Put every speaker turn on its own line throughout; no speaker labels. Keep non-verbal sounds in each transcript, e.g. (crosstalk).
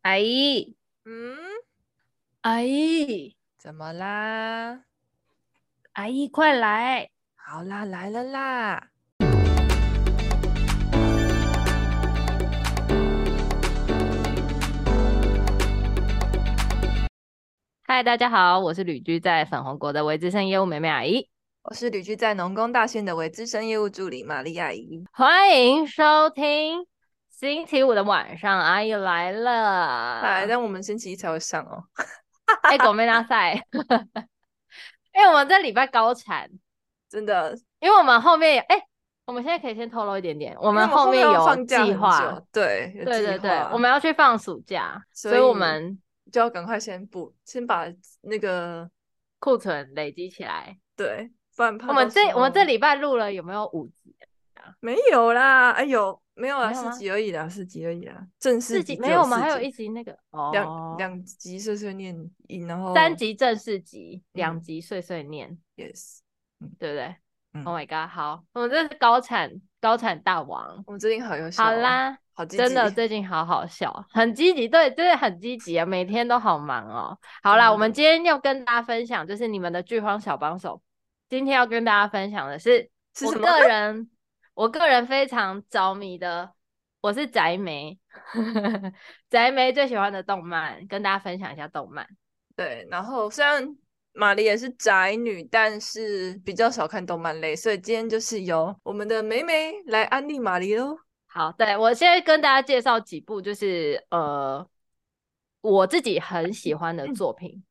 阿姨，
嗯，
阿姨，
怎么啦？
阿姨，快来！
好啦，来了啦！
嗨，大家好，我是旅居在粉红国的维资深业务美美阿姨，
我是旅居在农工大县的为资深业务助理玛丽阿姨。
欢迎收听星期五的晚上，阿姨来了。
来，哎但我们星期一才会上哦。
(laughs) 哎，狗妹大赛， (laughs) 哎，我们这礼拜高产，
真的，
因为我们后面有哎、我们现在可以先透露一点点，我
我
们后面
要
有
放假
计
很
划
久，，对，有
对
计
对对
划，
我们要去放暑假，所以
所
我
以
们
就要赶快先补，先把那个
库存累积起来。
对，不然怕
我们
到
这
时
我们这
候
礼拜录了有没有五集？
没有啦，哎有没有啦？
没有
四
吗
集而已啦，四集而已啦，正
四
式
集
集
没
只
有，我
四
们还有
集
一集那个哦，
两两集碎碎念音，然后
三集正式集，两
嗯
集碎碎念，
yes，
对不对、
嗯
o h my god！好，我们这是高产高产大王。
我们最近好优哦秀，
好，啦，
好积极，
真的最近好好笑，很积极，对，真的很积极啊，每天都好忙哦。好啦，
真
我们
的
今天要跟大家分享，就是你们的剧荒小帮手。今天要跟大家分享的是，
(laughs) 是
我
什么？
个人我个人非常着迷的，我是宅梅， (laughs) 宅梅最喜欢的动漫，跟大家分享一下动漫。
对，然后虽然玛丽也是宅女，但是比较少看动漫类，所以今天就是由我们的梅梅来安利玛丽喽。
好，对，我现在跟大家介绍几部，就是呃，我自己很喜欢的作品。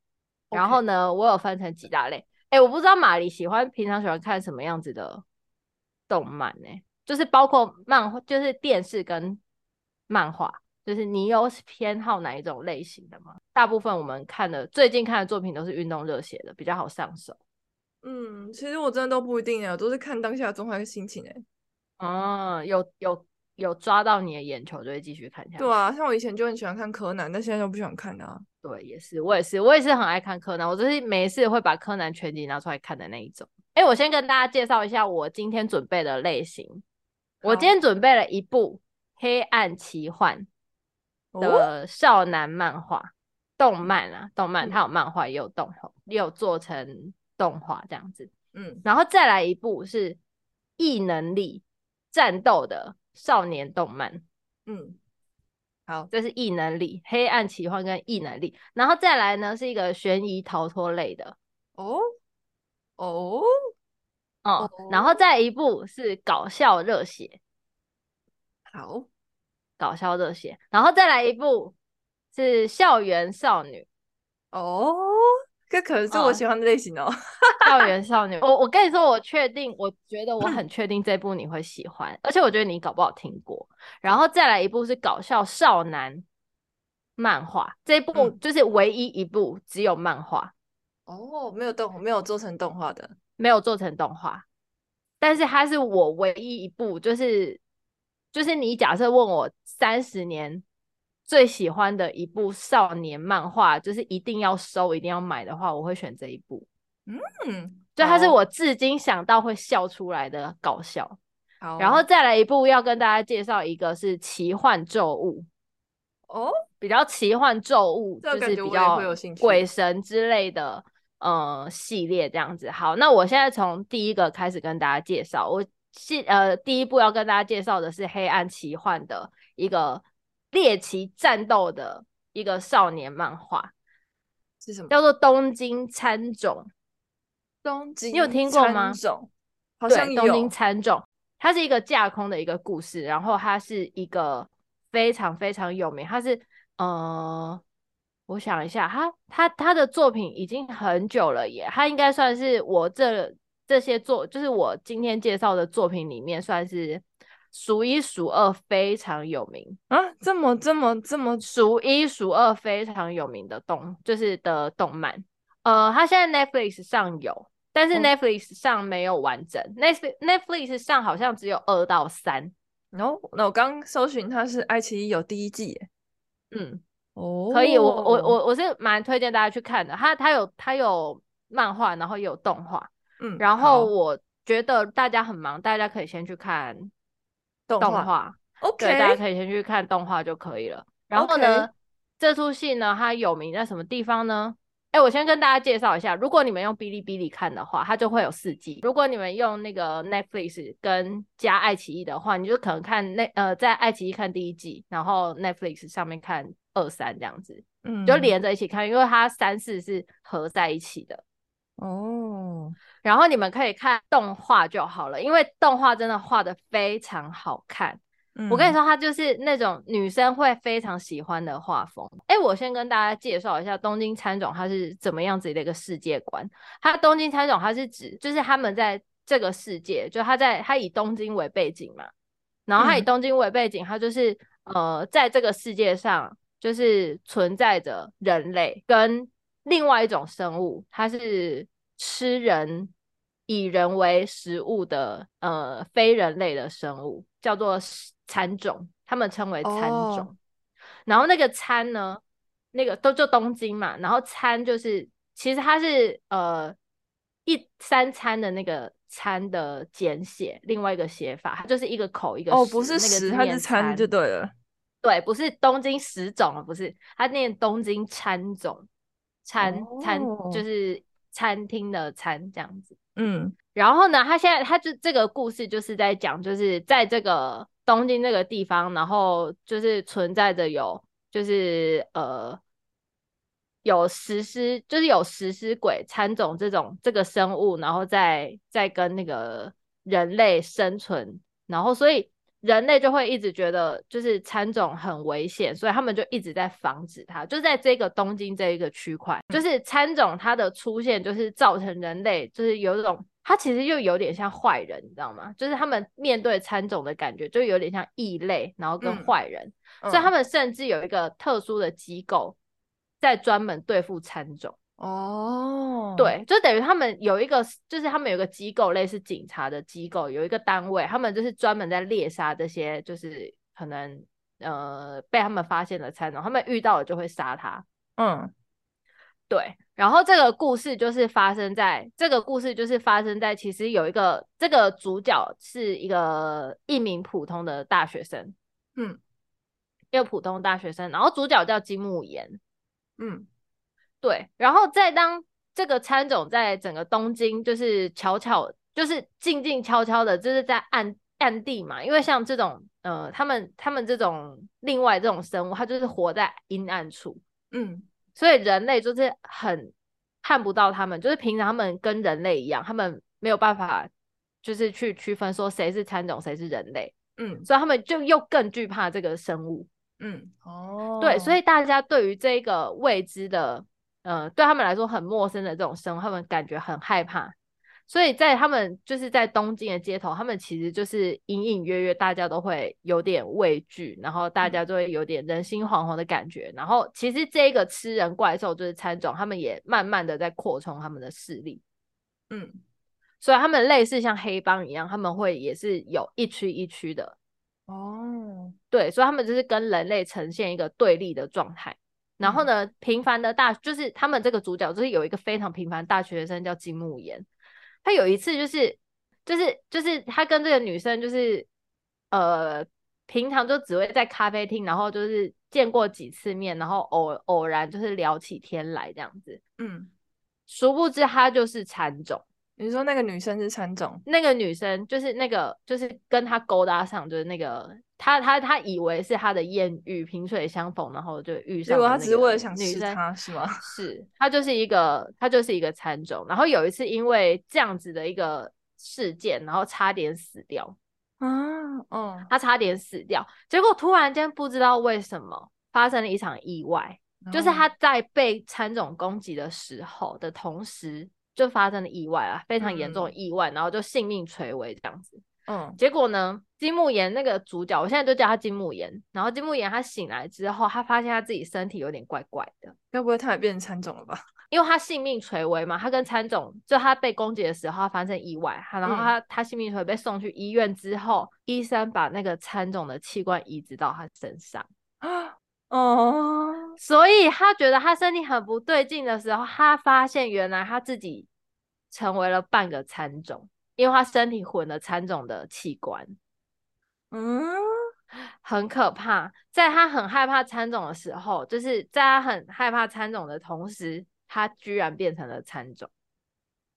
然
OK
后呢，我有分成几大类。哎，我不知道玛丽喜欢平常喜欢看什么样子的动漫呢、就是包括漫画，就是电视跟漫画，就是你有偏好哪一种类型的吗？大部分我们看的最近看的作品都是运动热血的，比较好上手。
嗯，其实我真的都不一定哎，我都是看当下的状态跟心情哎。
嗯，有有有抓到你的眼球，就会继续看下去。
对啊，像我以前就很喜欢看柯南，但现在就不喜欢看了啊。
对，也是，我也是，我也是很爱看柯南，我就是每一次会把柯南全集拿出来看的那一种。哎，我先跟大家介绍一下我今天准备的类型。我今
好
天准备了一部黑暗奇幻
哦，
的少男漫画、动漫啊，动漫
嗯
它有漫画也有动画，也有做成动画这样子。
嗯，
然后再来一部是异能力战斗的少年动漫。
嗯，好，
这是异能力，黑暗奇幻跟异能力，然后再来呢是一个悬疑逃脱类的
哦，哦，
哦，然后
哦
再一部是搞笑热血，
好，
搞笑热血，然后再来一部是校园少女，
哦，这可能是
哦
我喜欢的类型哦。
校园少女。我我跟你说，我确定，我觉得我很确定这部你会喜欢，而且我觉得你搞不好听过。然后再来一部是搞笑少男漫画，这一部
嗯
就是唯一一部只有漫画。
哦，没有动，没有做成动画的。
没有做成动画，但是它是我唯一一部，就是就是你假设问我三十年最喜欢的一部少年漫画，就是一定要收、一定要买的话，我会选这一部。
嗯，
就它是
好
我至今想到会笑出来的搞笑，
好，
然后再来一部要跟大家介绍一个是奇幻咒物，
哦，
比较奇幻咒物，
这
就
感
是
觉
比
我也
较
会有兴趣
鬼神之类的呃系列这样子。好，那我现在从第一个开始跟大家介绍，我系呃第一部要跟大家介绍的是黑暗奇幻的一个猎奇战斗的一个少年漫画，
是什么？
叫做《东京喰种》。
东京
有听过
喰
吗
种好
对，
像
东京
有
喰种，它是一个架空的一个故事，然后它是一个非常非常有名，它是呃，我想一下，他他他的作品已经很久了耶，他应该算是我这这些作，就是我今天介绍的作品里面算是数一数二非常有名，
啊，这么这么这么
数一数二非常有名的动，就是的动漫。呃，它现在 Netflix 上有，但是
哦
Netflix 上没有完整。Netflix Netflix 上好像只有二到三。
然后那我刚搜寻它是爱奇艺有第一季耶
嗯，
哦，
可以，我我我我是蛮推荐大家去看的。它它有它有漫画，然后也有动画。
嗯，
然
好
后我觉得大家很忙，大家可以先去看
动
动
画
画。对，大家
，OK，
可以先去看动画就可以了。然后呢
OK
这出戏呢，它有名在什么地方呢？哎，我先跟大家介绍一下，如果你们用哔哩哔哩看的话，它就会有四季；如果你们用那个 Netflix 跟加爱奇艺的话，你就可能看那呃，在爱奇艺看第一季，然后 Netflix 上面看二三这样子，
嗯
就连着一起看，因为它三四是合在一起的。
哦，
然后你们可以看动画就好了，因为动画真的画的非常好看。我跟你
嗯，
说，它就是那种女生会非常喜欢的画风。哎，我先跟大家介绍一下东京喰种它是怎么样子的一个世界观。它东京喰种它是指就是他们在这个世界，就它在它以东京为背景嘛，然后它以
嗯
东京为背景，它就是呃在这个世界上就是存在着人类跟另外一种生物，它是吃人以人为食物的呃非人类的生物，叫做食蚕种，他们称为蚕
哦
种。然后那个蚕呢，那个都就东京嘛，然后蚕就是其实它是呃一三餐的那个餐的简写，另外一个写法，它就是一个口一个
哦，不
食
是
那个字
十，它
念
是餐就对了。
对，不是东京十种，啊不是，它念东京餐种，餐餐就
哦
是餐厅的餐这样子。
嗯
然后呢，他现在他就这个故事就是在讲，就是在这个东京这个地方，然后就是存在着有就是呃有食尸，就是有食尸鬼、蚕种这种这个生物，然后再再跟那个人类生存，然后所以人类就会一直觉得就是蚕种很危险，所以他们就一直在防止它，就在这个东京这一个区块，
嗯
就是蚕种它的出现就是造成人类就是有一种。它其实就有点像坏人，你知道吗？就是他们面对蚕种的感觉，就有点像异类，然后跟
嗯
坏人。所以
嗯
他们甚至有一个特殊的机构，在专门对付蚕种。
哦，，
对，就等于他们有一个，就是他们有一个机构，类似警察的机构，有一个单位，他们就是专门在猎杀这些，就是可能呃被他们发现的蚕种，他们遇到了就会杀它。
嗯
对，然后这个故事就是发生在这个故事就是发生在其实有一个这个主角是一个一名普通的大学生，
嗯
一个普通大学生，然后主角叫金木研，
嗯
对，然后再当这个参总在整个东京，就是悄悄，就是静静悄悄的，就是在暗暗地嘛，因为像这种呃，他们他们这种另外这种生物，它就是活在阴暗处，
嗯
所以人类就是很看不到他们，就是平常他们跟人类一样，他们没有办法就是去区分说谁是参种，谁是人类，
嗯
所以他们就又更惧怕这个生物。
嗯，哦，
对，所以大家对于这个未知的，呃，对他们来说很陌生的这种生活，他们感觉很害怕。所以在他们就是在东京的街头，他们其实就是隐隐约约，大家都会有点畏惧，然后大
嗯
家就会有点人心惶惶的感觉。然后其实这个吃人怪兽就是参种，他们也慢慢的在扩充他们的势力。
嗯
所以他们类似像黑帮一样，他们会也是有一区一区的，
哦，
对，所以他们就是跟人类呈现一个对立的状态。然后
嗯
呢，平凡的大就是他们这个主角就是有一个非常平凡的大学生叫金木研，他有一次就是就是就是他跟这个女生就是呃平常就只会在咖啡厅，然后就是见过几次面，然后偶偶然就是聊起天来这样子。
嗯，
殊不知他就是蚕种，
你说那个女生是蚕种，
那个女生就是那个就是跟他勾搭上，就是那个他他他以为是他的艳遇，萍水相逢，然后就遇
结
上的
果她
那
只是为
个
了想
女
吃
生。
她是吗？ (laughs)
是，他就是一个他就是一个残种，然后有一次因为这样子的一个事件，然后差点死掉，
啊，哦，
他差点死掉，结果突然间不知道为什么发生了一场意外，
然
就是
后
他在被蚕种攻击的时候的同时，就发生了意外啊，非常严重的
嗯
意外，然后就性命垂危这样子。
嗯
结果呢，金木研那个主角，我现在就叫他金木研。然后金木研他醒来之后，他发现他自己身体有点怪怪的，
该不会她也变成蚕种了吧？ (gasps)
因为他性命垂危嘛。他跟参总，就他被攻击的时候，他发生意外，他然后
嗯
他他性命垂危被送去医院之后，医生把那个参总的器官移植到他身上，
啊，哦，
所以他觉得他身体很不对劲的时候，他发现原来他自己成为了半个参种，因为他身体混了参种的器官。
嗯，
很可怕。在他很害怕参种的时候，就是在他很害怕参种的同时，他居然变成了参种。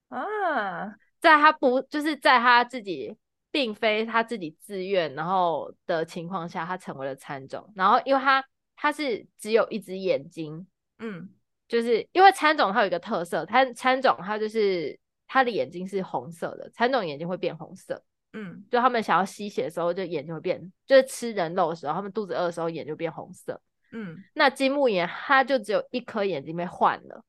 啊，
在他不就是在他自己并非他自己自愿，然后的情况下，他成为了参种。然后因为他他是只有一只眼睛，
嗯，
就是因为参种它有一个特色，它参种它就是它的眼睛是红色的，参种眼睛会变红色。
嗯，
就他们想要吸血的时候，就眼睛会变，就是吃人肉的时候，他们肚子饿的时候眼就变红色。
嗯，
那金木研它就只有一颗眼睛被换了，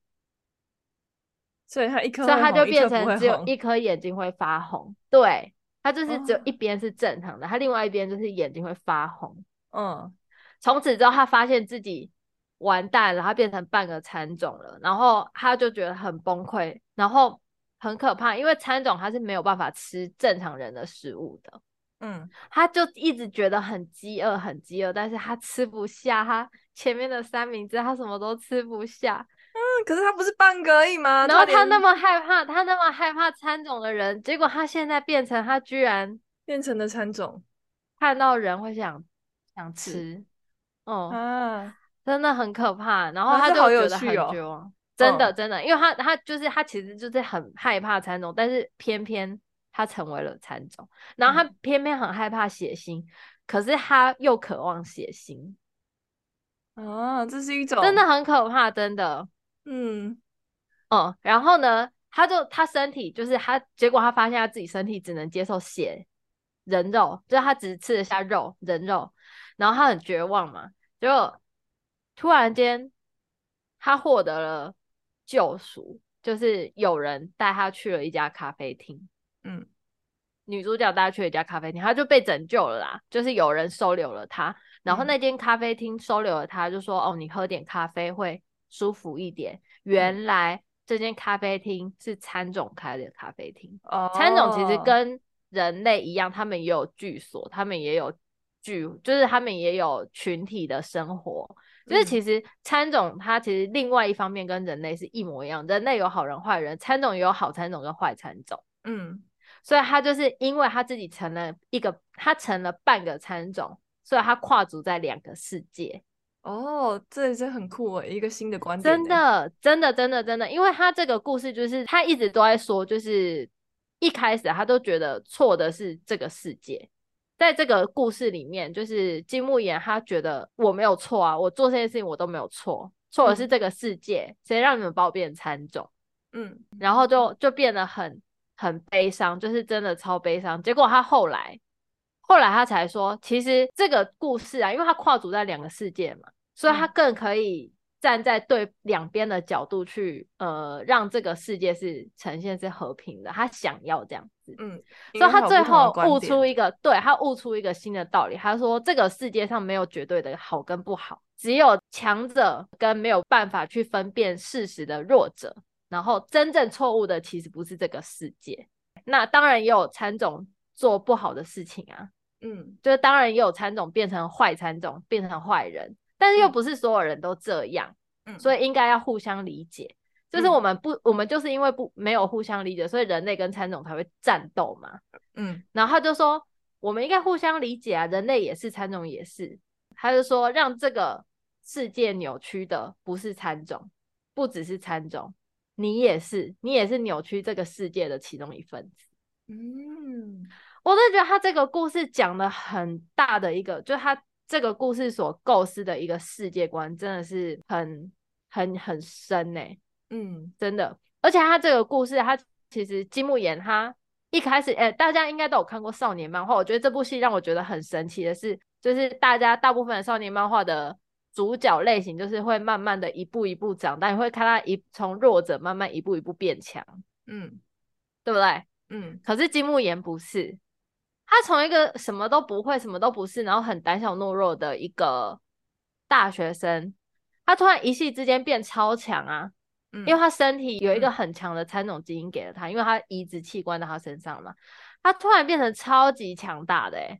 所以他一颗
所以
会
它
红
就
一
变
颗不会
成只有
红
一颗眼睛会发红。对，它就是只有
哦
一边是正常的，它另外一边就是眼睛会发红。
嗯，
从此之后，他发现自己完蛋了，他变成半个蚕种了，然后他就觉得很崩溃，然后很可怕，因为蚕种他是没有办法吃正常人的食物的。
嗯，
他就一直觉得很饥饿，很饥饿，但是他吃不下他前面的三明治，他什么都吃不下。
嗯可是他不是半个而已吗？
然后他
连
那么害怕，他那么害怕参种的人，结果他现在变成他居然
变成了蚕种
看到人会想想
是
吃，嗯，
啊，
真的很可怕。然后
啊
他
这
就
好有
觉得
趣
很
哦
绝望，真的
嗯
真的，因为他他就是他其实就是很害怕参种，但是偏偏他成为了参种，然后他
嗯
偏偏很害怕血腥，可是他又渴望血腥。
啊，这是一种
真的，很可怕，真的。
嗯
嗯，然后呢，他就他身体就是他，结果他发现他自己身体只能接受血、人肉，就是他只吃得下肉、人肉，然后他很绝望嘛。结果突然间，他获得了救赎，就是有人带他去了一家咖啡厅，
嗯，
女主角带他去了一家咖啡厅，他就被拯救了啦，就是有人收留了他。然后
嗯
那间咖啡厅收留了他，就说：“哦，你喝点咖啡会舒服一点。”
嗯
原来这间咖啡厅是餐种开的咖啡厅，
哦，
餐种其实跟人类一样，他们也有居所，他们也有聚，就是他们也有群体的生活。就是
嗯
其实餐种它其实另外一方面跟人类是一模一样，人类有好人坏人，餐种也有好餐种跟坏餐种。
嗯
所以他就是因为他自己成了一个，他成了半个参种，所以他跨足在两个世界，
哦，这真很酷诶，一个新的观点
真
欸，
的，真的，真的，真的，因为他这个故事就是他一直都在说，就是一开始他都觉得错的是这个世界。在这个故事里面，就是金木研他觉得我没有错啊，我做这件事情我都没有错，错的是
嗯
这个世界，谁让你们把我变成参种？
嗯
然后就就变得很很悲伤，就是真的超悲伤。结果他后来，后来他才说，其实这个故事啊，因为他跨足在两个世界嘛，所以他
嗯
更可以站在对两边的角度去，呃，让这个世界是呈现是和平的。他想要这样子，
嗯，因
所以
为
他
它有
最
不同的
后
观
悟
点
出一个，对他悟出一个新的道理。他说，这个世界上没有绝对的好跟不好，只有强者跟没有办法去分辨事实的弱者。然后，真正错误的其实不是这个世界。那当然也有参种做不好的事情啊，
嗯
就是当然也有参种变成坏参种，变成坏人，但是又
嗯
不是所有人都这样。
嗯，
所以应该要互相理解。就是
嗯
我们不，我们就是因为不没有互相理解，所以人类跟蚕种才会战斗嘛。
嗯
然后他就说，我们应该互相理解啊，人类也是，蚕种也是。他就说，让这个世界扭曲的不是蚕种，不只是蚕种，你也是，你也是扭曲这个世界的其中一份子。
嗯
我真的觉得他这个故事讲的很大的一个，就他这个故事所构思的一个世界观，真的是很很很深欸呢、
嗯
真的。而且他这个故事，他其实金木研他一开始，哎、大家应该都有看过少年漫画。我觉得这部戏让我觉得很神奇的是，就是大家大部分的少年漫画的主角类型，就是会慢慢的一步一步长大，你会看他一从弱者慢慢一步一步变强，
嗯
对不对？
嗯
可是金木研不是，他从一个什么都不会、什么都不是，然后很胆小懦弱的一个大学生，他突然一夕之间变超强啊！
嗯，
因为他身体有一个
嗯
很强的蚕种基因给了他，因为他移植器官到他身上嘛，他突然
아.
变成超级强大的、欸，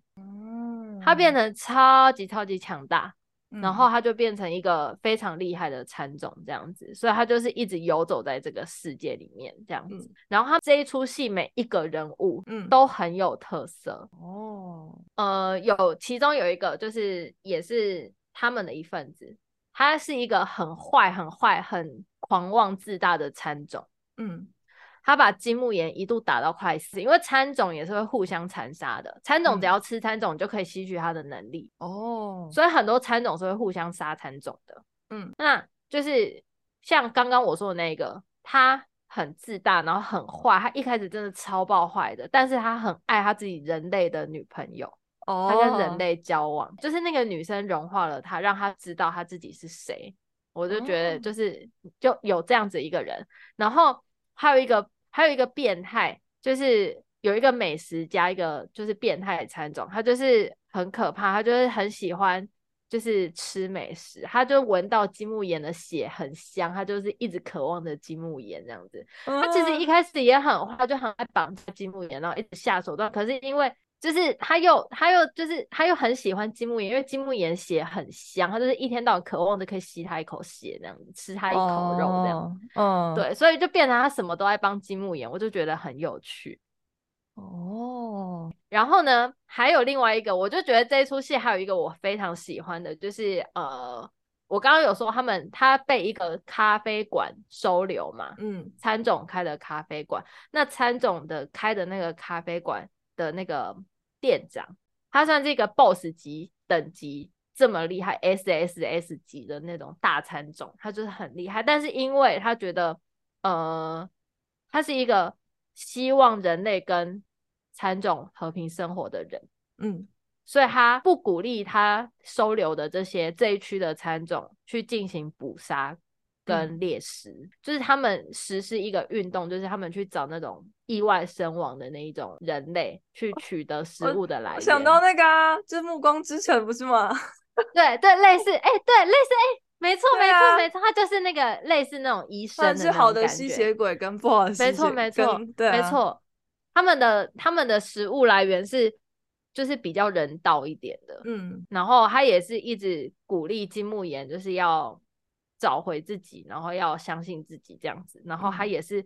他变
嗯
成超级超级强大，
음.
然后他就变成一个非常厉害的蚕种这样子，所以他就是一直游走在这个世界里面这样子。
嗯
然后他这一出戏每一个人物
嗯，
都很有特色，
哦，
呃，有其中有一个就是也是他们的一份子，他是一个很坏、很坏、很狂妄自大的蚕种。
嗯
他把金木研一度打到快死，因为参种也是会互相残杀的。参种只
嗯
要吃参种，你就可以吸取他的能力，
哦，
所以很多参种是会互相杀参种的。
嗯，
那就是像刚刚我说的那个，他很自大，然后很坏，他一开始真的超爆坏的，但是他很爱他自己人类的女朋友，
哦，
他跟人类交往，就是那个女生融化了他，让他知道他自己是谁。我就觉得
哦
就是、就有这样子一个人，然后还有一个还有一个变态，就是有一个美食家，一个就是变态的餐种，他就是很可怕，他就是很喜欢就是吃美食，他就闻到金木研的血很香，他就是一直渴望着金木研这样子，
嗯，
他其实一开始也很坏，就很爱绑架金木研，然后一直下手段。可是因为就是他又他又就是他又很喜欢金木研，因为金木研血很香，他就是一天到晚渴望着可以吸他一口血这样子，吃他一口肉这样。
哦，嗯，，
对，所以就变成他什么都爱帮金木研，我就觉得很有趣。
哦，
然后呢，还有另外一个，我就觉得这一出戏还有一个我非常喜欢的，就是呃，我刚刚有说他们他被一个咖啡馆收留嘛，
嗯
参总开的咖啡馆，那参总的开的那个咖啡馆的那个店长，他算是一个 boss 级等级这么厉害，S S S 级的那种大参总，他就是很厉害。但是因为他觉得，呃，他是一个希望人类跟参总和平生活的人，
嗯，
所以他不鼓励他收留的这些这一区的参种去进行捕杀跟
嗯
猎食，就是他们实施一个运动，就是他们去找那种意外身亡的那一种人类，去取得食物的来
我
源。
想到那个啊，就是《暮光之城》不是吗？ (laughs)
对对，类似哎、对，类似哎、没错
对
没错
啊
没错，他就是那个类似那种医生
算
的
是
那
好
种
的
感
吸
觉
血鬼跟不好的吸
没错
血
没错
跟对
没
啊，
错，他们的他们的食物来源是就是比较人道一点的。
嗯
然后他也是一直鼓励金木研，就是要找回自己，然后要相信自己这样子。然后他
嗯
也是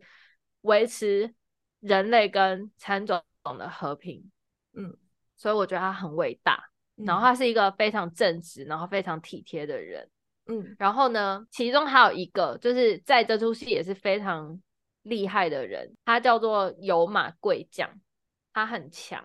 维持人类跟参种的和平，
嗯，
所以我觉得他很伟大。然后
嗯
他是一个非常正直，然后非常体贴的人。
嗯
然后呢，其中还有一个就是在这出戏也是非常厉害的人，他叫做有马贵将，他很强。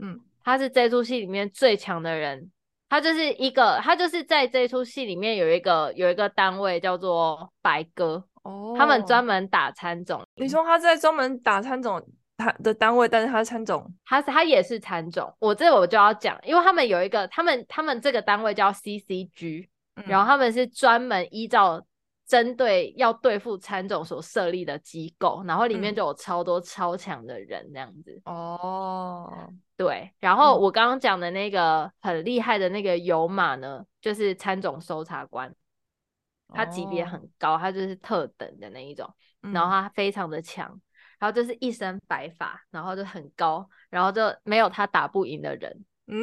嗯
他是这出戏里面最强的人。他就是一个，他就是在这出戏里面有一个有一个单位叫做白鸽，
哦，
他们专门打参种。
你说他在专门打参种他的单位，但是他是参种，
他是他也是参种，我这我就要讲，因为他们有一个，他们他们这个单位叫 CCG，、然
嗯
后他们是专门依照针对要对付参种所设立的机构，然后里面
嗯
就有超多超强的人这样子。
嗯哦，
对，然后
嗯
我刚刚讲的那个很厉害的那个有马呢，就是参总搜查官，他级别
哦
很高，他就是特等的那一种，然后
嗯
他非常的强，然后就是一身白发，然后就很高，然后就没有他打不赢的人，
嗯，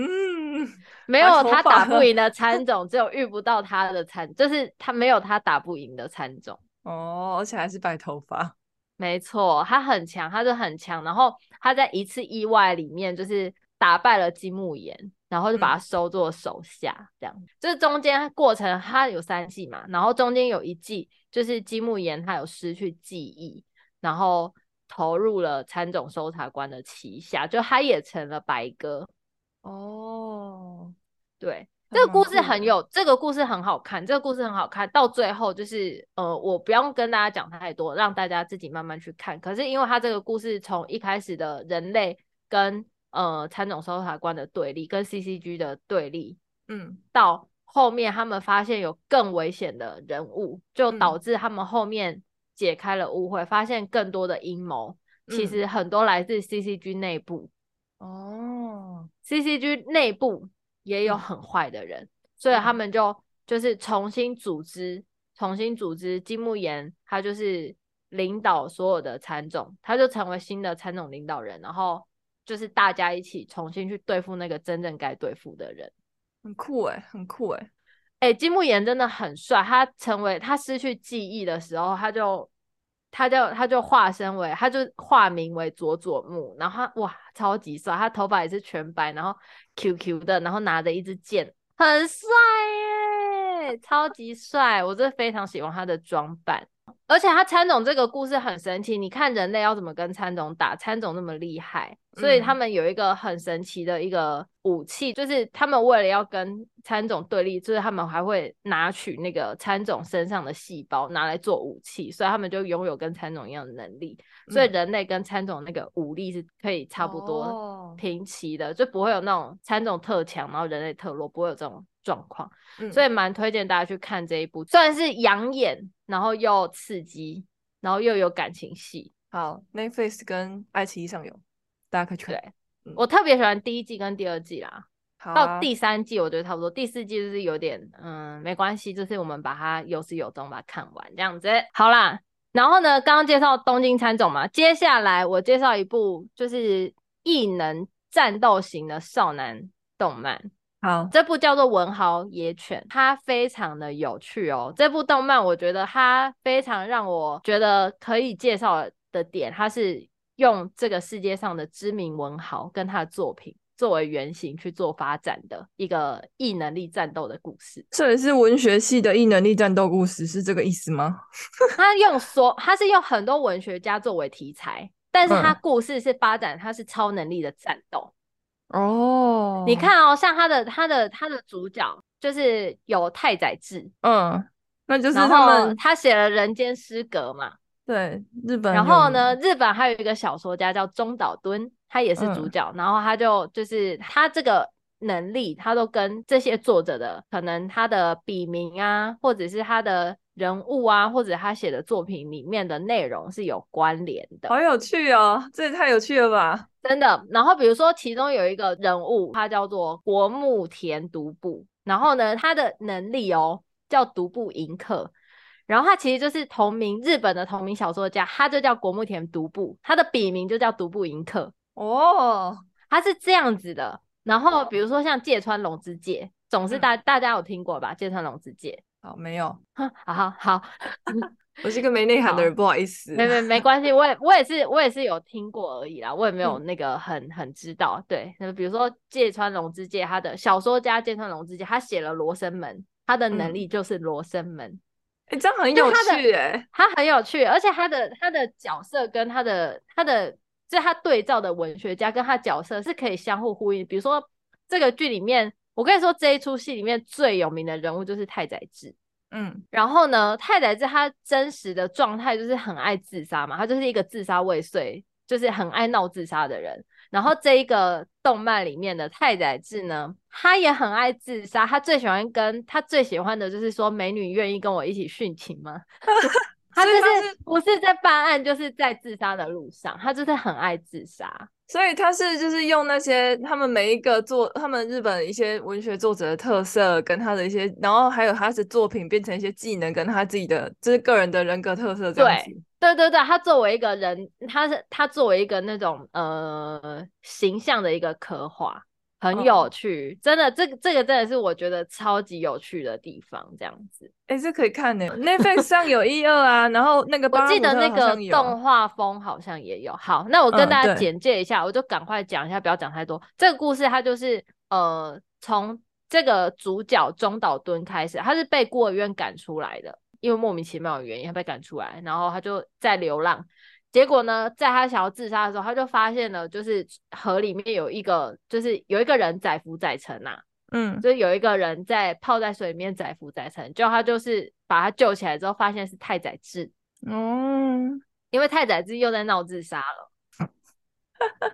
没
白
有
头
他
发
打不赢的参种，只有遇不到他的参，就是他没有他打不赢的参种。
哦，而且还是白头发，
没错，他很强，他就很强。然后他在一次意外里面，就是打败了金木研，然后就把他
嗯
收做手下。这样，这中间过程他有三季嘛，然后中间有一季就是金木研他有失去记忆，然后投入了参种搜查官的旗下，就他也成了白鸽。
哦，
对，
还
这个
蛮
故事
酷
很
的
有，这个故事很好看，这个故事很好看。到最后就是，呃，我不用跟大家讲太多，让大家自己慢慢去看。可是因为它这个故事从一开始的人类跟呃参种搜查官的对立，跟 CCG 的对立，
嗯
到后面他们发现有更危险的人物，就导
嗯
致他们后面解开了误会，发现更多的阴谋，其
嗯
实很多来自 CCG 内部。
哦，
CCG 内部也有
嗯
很坏的人，所以他
嗯
们就就是重新组织，重新组织金木研，他就是领导所有的参种，他就成为新的参种领导人，然后就是大家一起重新去对付那个真正该对付的人。
欸很酷诶，很酷诶，
哎、金木研真的很帅，他成为他失去记忆的时候，他就他就他就化身为，他就化名为佐佐木，然后他哇超级帅，他头发也是全白，然后 QQ 的，然后拿着一支剑，很帅耶，超级帅，我真的非常喜欢他的装扮。而且他参种这个故事很神奇，你看人类要怎么跟参种打，参种那么厉害，所以他
嗯
们有一个很神奇的一个武器，就是他们为了要跟参种对立，就是他们还会拿取那个参种身上的细胞拿来做武器，所以他们就拥有跟参种一样的能力，所以
嗯
人类跟参种那个武力是可以差不多
哦
平齐的，就不会有那种参种特强，然后人类特弱，不会有这种状况。
嗯
所以蛮推荐大家去看这一部，虽然是养眼，然后又刺激，然后又有感情戏。
好，Netflix 跟爱奇艺上有，大家可以去看。
对我特别喜欢第一季跟第二季啦，
好
到
啊
第三季我觉得差不多，第四季就是有点嗯没关系，就是我们把它有始有终把它看完这样子。好啦，然后呢，刚刚介绍东京喰种嘛，接下来我介绍一部就是异能战斗型的少男动漫。
好，
这部叫做《文豪野犬》，它非常的有趣哦。这部动漫我觉得它非常让我觉得可以介绍的点，它是用这个世界上的知名文豪跟他的作品作为原型去做发展的一个异能力战斗的故事。
这里是文学系的异能力战斗故事，是这个意思吗？
它用所，它是用很多文学家作为题材，但是它
嗯
故事是发展它是超能力的战斗。
哦，
你，看哦，像它的它的它的主角就是有太宰治。
嗯，那就是
然
他
后
们
他写了《人间失格》嘛，
对日本，
然后呢，，日本还有一个小说家叫中岛敦，他也是主
嗯
角，然后他就就是他这个能力，他都跟这些作者的可能他的笔名啊，或者是他的人物啊，或者他写的作品里面的内容是有关联的。
好有趣哦，这也太有趣了吧？
真的。然后比如说，其中有一个人物，他叫做国木田独步，然后呢，他的能力哦叫独步迎客。然后他其实就是同名日本的同名小说家，他就叫国木田独步，他的笔名就叫独步迎客，
哦，
他是这样子的。然后比如说像芥川龙之介，总是
嗯
大、大家有听过吧？芥川龙之介， (laughs)
好，没有，
哼，好好好，
我是一个没内涵的人，不好意思。
没没没关系，我也我也是我也是有听过而已啦，我也没有
嗯
那个很很知道。对，那比如说芥川龙之介，他的小说家芥川龙之介，他写了《罗生门》，他的能
嗯
力就是罗生门，
哎，这样很
就
有
他的
趣哎，
他很有趣，而且他的他的角色跟他的他的就是他对照的文学家跟他角色是可以相互呼应。比如说这个剧里面，我跟你说这一出戏里面最有名的人物就是太宰治。
嗯，
然后呢，太宰治他真实的状态就是很爱自杀嘛，他就是一个自杀未遂，就是很爱闹自杀的人。然后这一个动漫里面的太宰治呢，他也很爱自杀，他最喜欢跟他最喜欢的就是说美女愿意跟我一起殉情吗？ (laughs) 他就
所以他
是不是在办案，就是在自杀的路上，他就是很爱自杀。
所以他是就是用那些他们每一个作，他们日本一些文学作者的特色跟他的一些，然后还有他的作品变成一些技能跟他自己的就是个人的人格特色这样
对
子。
对对对，他作为一个人，他是他作为一个那种呃形象的一个刻画，很
嗯
有趣，真的，这个这个真的是我觉得超级有趣的地方，这样子。
哎，这可以看呢，Netflix 上有一二啊，然后那个
我
巴
记
拉
得那
姆特好
个
像有啊
动画风好像也有。好，那我跟
嗯
大家
对
简介一下，我就赶快讲一下，不要讲太多。这个故事它就是呃，从这个主角中岛敦开始，他是被孤儿院赶出来的，因为莫名其妙的原因，他被赶出来，然后他就在流浪。结果呢，在他想要自杀的时候，他就发现了，就是河里面有一个，就是有一个人载浮载沉呐、
嗯，
就是有一个人在泡在水里面载浮载沉，就他就是把他救起来之后，发现是太宰治，
哦，
因为太宰治又在闹自杀了。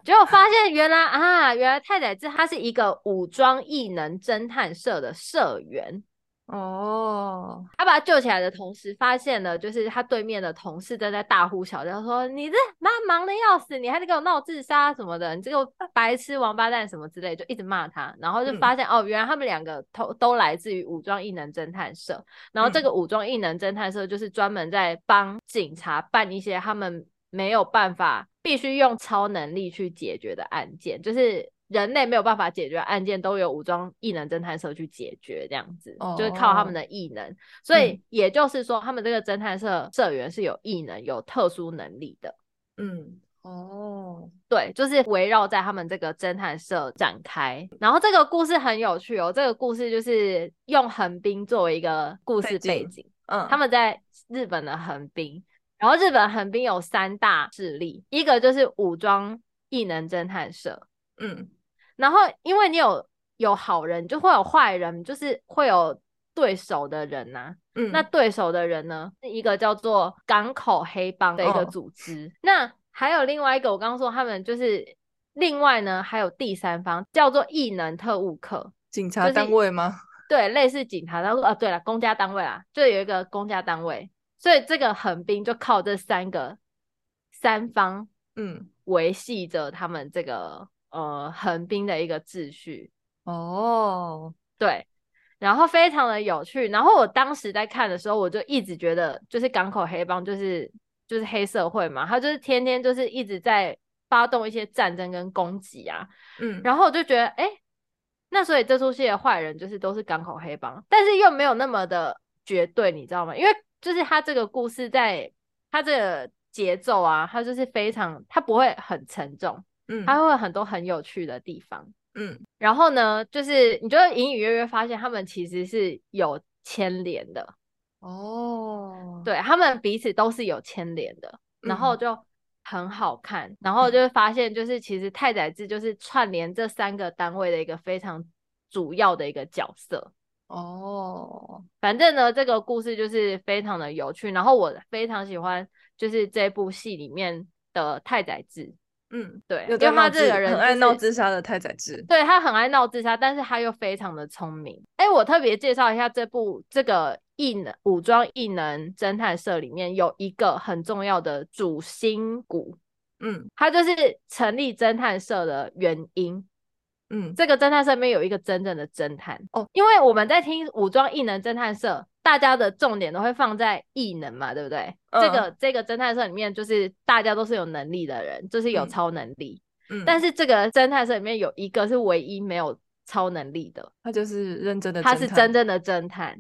结果发现原来啊，原来太宰治他是一个武装异能侦探社的社员。
哦，
他把他救起来的同时，发现了就是他对面的同事正在大呼小叫说：“你这妈忙的要死，你还在给我闹自杀什么的，你这
(laughs)
个白痴王八蛋什么之类，就一直骂他。”然后就
嗯
发现、哦，原来他们两个都都来自于武装异能侦探社。然后这
嗯
个武装异能侦探社就是专门在帮警察办一些他们没有办法必须用超能力去解决的案件，就是人类没有办法解决的案件，都有武装异能侦探社去解决，这样子、就是靠他们
哦
的异能。所以
嗯
也就是说，他们这个侦探社社员是有异能、有特殊能力的。
嗯，哦，
对，就是围绕在他们这个侦探社展开。然后这个故事很有趣哦，这个故事就是用横滨作为一个故
背
事背
景
景，
嗯，
他们在日本的横滨，然后日本横滨有三大势力，一个就是武装异能侦探社，
嗯
然后因为你有有好人，就会有坏人，就是会有对手的人啊呐、
嗯，
那对手的人呢，是一个叫做港口黑帮的一个
嗯
组织。那还有另外一个，我刚刚说他们就是另外呢，还有第三方叫做异能特务课，
警察
就是
单位吗？
对，类似警察。然后呃，对了，公家单位啦，就有一个公家单位，所以这个横滨就靠这三个三方
嗯，
维系着他们这个呃横滨的一个秩序。
哦，
对，然后非常的有趣。然后我当时在看的时候，我就一直觉得，就是港口黑帮就是就是黑社会嘛，他就是天天就是一直在发动一些战争跟攻击啊。
嗯，
然后我就觉得，哎，那所以这出戏的坏人就是都是港口黑帮，但是又没有那么的绝对，你知道吗？因为就是他这个故事在他这个节奏啊，他就是非常，他不会很沉重，
嗯
他会有很多很有趣的地方。
嗯，
然后呢，就是你就会隐隐约约发现他们其实是有牵连的，
哦，
对他们彼此都是有牵连的，然后
嗯
就很好看，然后就会发现就是其实太宰治就是串联这三个单位的一个非常主要的一个角色。
哦，
反正呢，这个故事就是非常的有趣，然后我非常喜欢就是这部戏里面的太宰治，
嗯，
对，
又
因
在
为他
闹
这
自
个人
很爱
就
闹
是
自杀的太宰治，
对他很爱闹自杀，但是他又非常的聪明。哎，我特别介绍一下这部这个异能武装异能侦探社里面有一个很重要的主心骨，
嗯
它就是成立侦探社的原因。
嗯，
这个侦探社里面有一个真正的侦探
哦
因为我们在听武装异能侦探社，大家的重点都会放在异能嘛，对不对？这
嗯
个这个侦探社里面就是大家都是有能力的人，就是有
嗯
超能力。
嗯，
但是这个侦探社里面有一个是唯一没有超能力的，
他就是认真的，
他是真，正的侦探，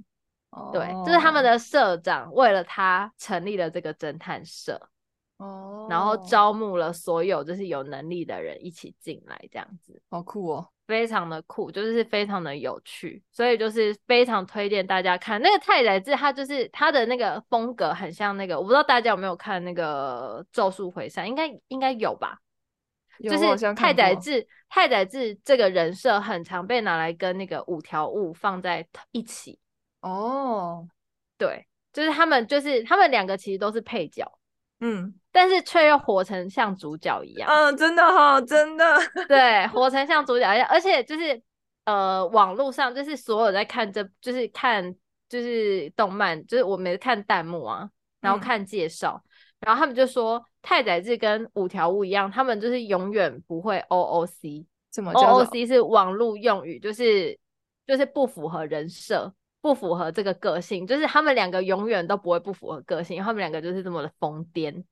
对，就是他们
哦，
的社长为了他成立了这个侦探社，
哦，
然后招募了所有就是有能力的人一起进来，这样子
好酷哦，
非常的酷，就是非常的有趣，所以就是非常推荐大家看那个太宰治，他就是他的那个风格很像那个，我不知道大家有没有看那个《咒术回战》，应该应该有吧？
有
就
我好
是
像
太
看
宰
过，
治，太宰治这个人设很常被拿来跟那个五条悟放在一起。
哦，
对，就是他们，就是他们两个其实都是配角，
嗯
但是却又活成像主角一
(laughs)
样。
嗯，真的哈，
(laughs)
真的，
对，活成像主角一样，而且就是呃，网络上就是所有在看这，就是看就是动漫，就是我们看弹幕啊，然后
嗯
看介绍，然后他们就说太宰治跟五条悟一样，他们就是永远不会 OOC。
怎么叫做
OOC 是网络用语，就是就是不符合人设，不符合这个个性，就是他们两个永远都不会不符合个性，因为他们两个就是这么的疯癫。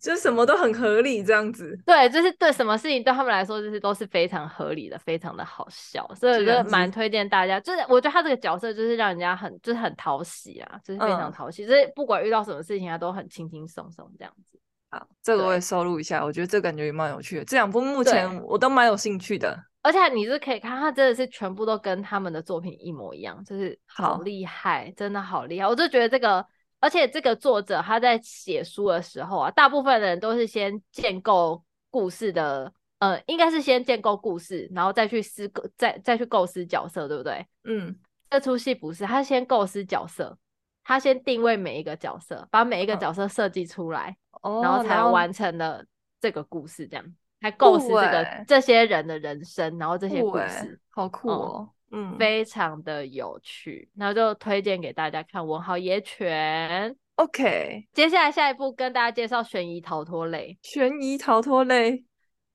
就是什么都很合理这样子，
对，就是对什么事情对他们来说，就是都是非常合理的，非常的好笑，所以我
居
觉得
然是
蛮推荐大家。就是我觉得他这个角色就是让人家很就是很讨喜啊，就是非常
嗯
讨喜，就是不管遇到什么事情，他啊都很轻轻松松这样子。
好，这个我
对
也收录一下，我觉得这感觉也蛮有趣的，这两部目
对
前我都蛮有兴趣的，
而且你是可以看，他真的是全部都跟他们的作品一模一样，就是好
好
厉害，真的好厉害。我就觉得这个，而且这个作者他在写书的时候啊，大部分的人都是先建构故事的，呃，应该是先建构故事，然后再去思构，再再去构思角色，对不对？
嗯
这出戏不是，他先构思角色，他先定位每一个角色，把每一个
嗯
角色设计出来，
哦，
然后才完成了这个故事，这样才构思这个、
欸
这些人的人生，然后这些
酷
故
哎、
事、
好酷
嗯
哦，嗯，
非常的有趣，然后就推荐给大家看《文豪野犬》。
OK，
接下来下一步跟大家介绍悬疑逃脱类，
悬疑逃脱类，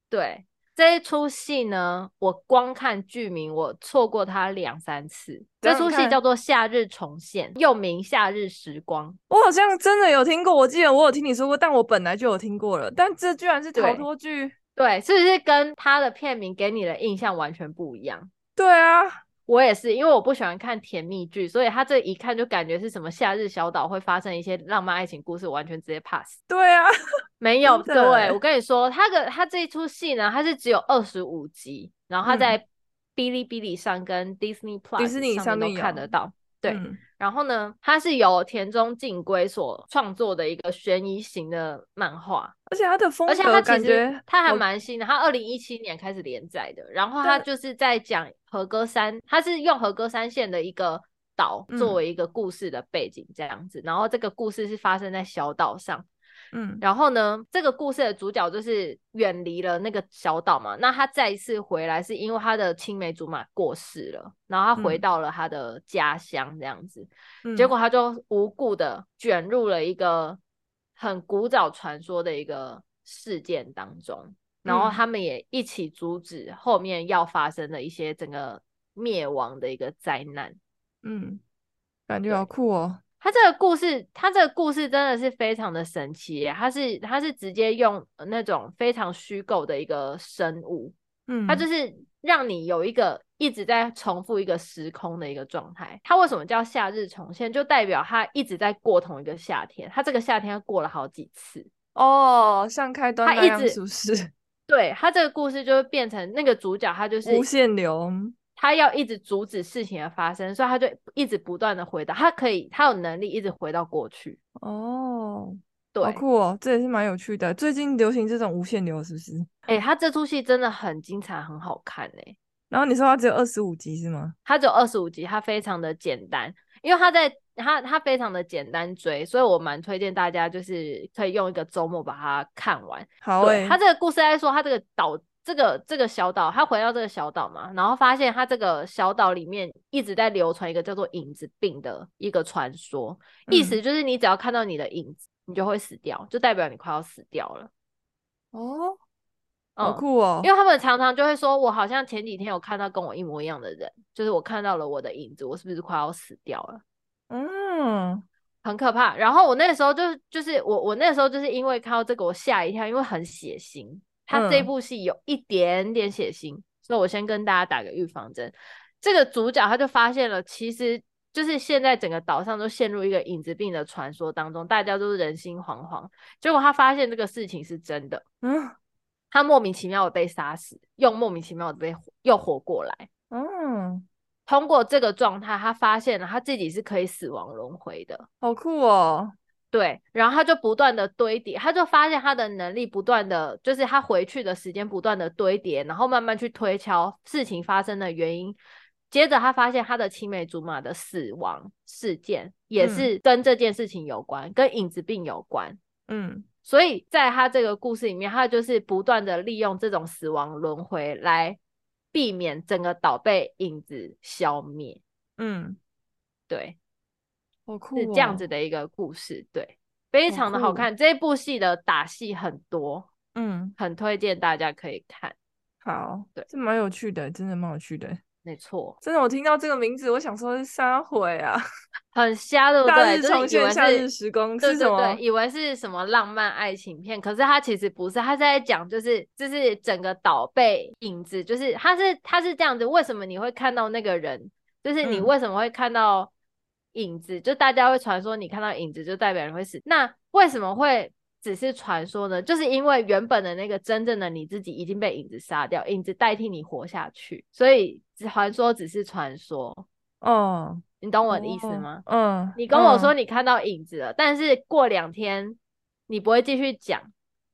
对这一出戏呢，我光看剧名我错过它两三次。这
等下
出
你
戏
看
叫做《夏日重现》，又名《夏日时光》。
我好像真的有听过，我记得我有听你说过，但我本来就有听过了，但这居然是逃
对
脱剧，
对，是不是跟他的片名给你的印象完全不一样？
对啊，
我也是，因为我不喜欢看甜蜜剧，所以他这一看就感觉是什么夏日小岛会发生一些浪漫爱情故事，完全直接 pass。
对啊，
没有，
真的
各位，
欸
我跟你说，他的他这一出戏呢，它是只有二十五集，然后他
嗯
在哔哩哔哩上跟 Disney Plus
尼上
上面
面
都看
有
得到。对
嗯
然后呢，它是由田中敬圭所创作的一个悬疑型的漫画，
而且他的风
而且
格
它其
感
实
觉
它还
我
蛮新的，它二零一七年开始连载的。然后它
但
就是在讲和歌山，它是用和歌山县的一个岛
嗯
作为一个故事的背景这样子。然后这个故事是发生在小岛上，
嗯
然后呢，这个故事的主角就是远离了那个小岛嘛。那他再一次回来，是因为他的青梅竹马过世了，然后他回
嗯
到了他的家乡这样子。
嗯
结果他就无故的卷入了一个很古早传说的一个事件当中，然后
嗯
他们也一起阻止后面要发生的一些整个灭亡的一个灾难。
嗯，感觉
对
好酷哦。
他这个故事，他这个故事真的是非常的神奇耶，他是他是直接用呃那种非常虚构的一个生物，
嗯，
它就是让你有一个一直在重复一个时空的一个状态。它为什么叫夏日重现？就代表它一直在过同一个夏天，它这个夏天它过了好几次。
哦，像开端
他
那
一
样
直
是不是？
对它这个故事就会变成那个主角，他就是
无限流，
他要一直阻止事情的发生，所以他就一直不断的回到，他可以，他有能力一直回到过去。
哦，
对，
好酷哦，这也是蛮有趣的。最近流行这种无限流，是不是？
哎、他这出戏真的很精彩，很好看哎、
然后你说它只有二十五集是吗？
它只有二十五集，它非常的简单，因为它在它它非常的简单追，所以我蛮推荐大家就是可以用一个周末把它看完。
好欸
对，
诶、
它这个故事在说，它这个岛这个这个小岛，他回到这个小岛嘛，然后发现它这个小岛里面一直在流传一个叫做影子病的一个传说，意
嗯
思就是你只要看到你的影子，你就会死掉，就代表你快要死掉了。
哦，好
嗯，
酷哦
因，为他们常常就会说，我好像前几天有看到跟我一模一样的人，就是我看到了我的影子，我是不是快要死掉了？
嗯，
很可怕。然后我那时候就是就是我我那时候就是因为看到这个我吓一跳，因为很血腥，他这
嗯
部戏有一点点血腥，所以我先跟大家打个预防针。这个主角他就发现了，其实就是现在整个岛上都陷入一个影子病的传说当中，大家都是人心惶惶。结果他发现这个事情是真的，
嗯
他莫名其妙的被杀死，又莫名其妙的被活又活过来。
嗯，
通过这个状态，他发现了他自己是可以死亡轮回的，
好酷哦，
对。然后他就不断的堆叠，他就发现他的能力不断的，就是他回去的时间不断的堆叠，然后慢慢去推敲事情发生的原因。接着他发现他的青梅竹马的死亡事件也
嗯
是跟这件事情有关，跟影子病有关。
嗯
所以在他这个故事里面，他就是不断的利用这种死亡轮回来避免整个岛被影子消灭，
嗯，
对，
好酷、哦，
是这样子的一个故事，对，非
好
常的好
酷
看。这一部戏的打戏很多，
嗯，
很推荐大家可以看，
好，
对
这蛮有趣的，真的蛮有趣的。
没错，
真的，我听到这个名字，我想说是杀回啊，
很瞎，对不
夏
哦对？
日
就
重
是以
现
为
夏日
是
时光
对
是什
对
么
对，？以为是什么浪漫爱情片，可是它其实不是，它是在讲就是就是整个岛被影子，就是它是它是这样子，为什么你会看到那个人？就是你
嗯
为什么会看到影子？就大家会传说你看到影子就代表你会死，那为什么会？只是传说呢，就是因为原本的那个真正的你自己已经被影子杀掉，影子代替你活下去，所以传说只是传说，
哦，
你懂我的意思
哦
吗？
嗯，
你跟我
嗯
说你看到影子了，但是过两天你不会继续讲，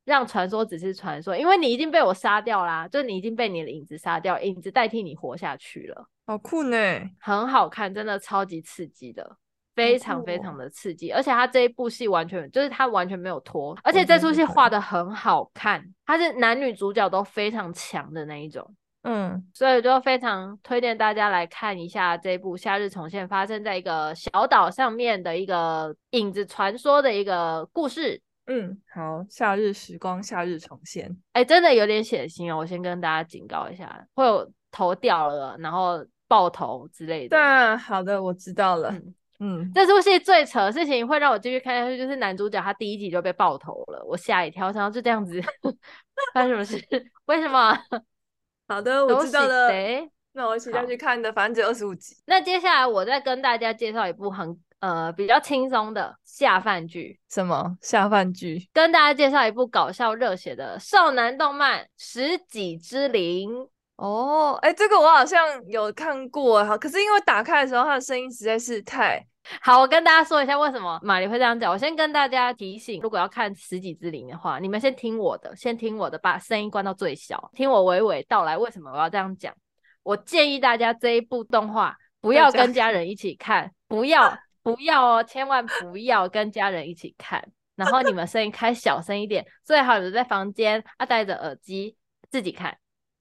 让传说只是传说，因为你已经被我杀掉啦，就你已经被你的影子杀掉，影子代替你活下去了，
好酷呢，
很好看，真的超级刺激的。非常非
酷
常
哦
的刺激，而且他这一部戏完全就是他完全没有拖，而
我
且
觉
这
得
出
不
戏
可
画
以
的很好看，它是男女主角都非常强的那一种。
嗯
所以就非常推荐大家来看一下这部《夏日重现》发生在一个小岛上面的一个影子传说的一个故事。
嗯，好，夏日时光，夏日重现，
哎，真的有点血腥哦，我先跟大家警告一下，会有头掉了，然后爆头之类的。
啊那好的，我知道了，
嗯，
嗯，
这出戏最扯的事情会让我继续看下去，就是男主角他第一集就被爆头了，我吓一跳，我想要就这样子 (laughs) 发生什么事？ (laughs) 为什么？
好的，
都
我知道
是
了。
谁
那我一起
好
再去看的，反正只有二十五集，
那接下来我再跟大家介绍一部很呃比较轻松的下饭剧，
什么下饭剧？
跟大家介绍一部搞笑热血的少男动漫《十几之灵》。
哦，哎，这个我好像有看过，好，可是因为打开的时候，它的声音实在是太……
好，我跟大家说一下为什么玛丽会这样讲。我先跟大家提醒，如果要看《十几之灵》的话，你们先听我的，先听我的，把声音关到最小，听我娓娓道来为什么我要这样讲。我建议大家这一部动画不要
在家
跟家人一起看，不要不要哦，千万不要跟家人一起看。然后你们声音开小声一点，最好你们在房间啊戴着耳机自己看。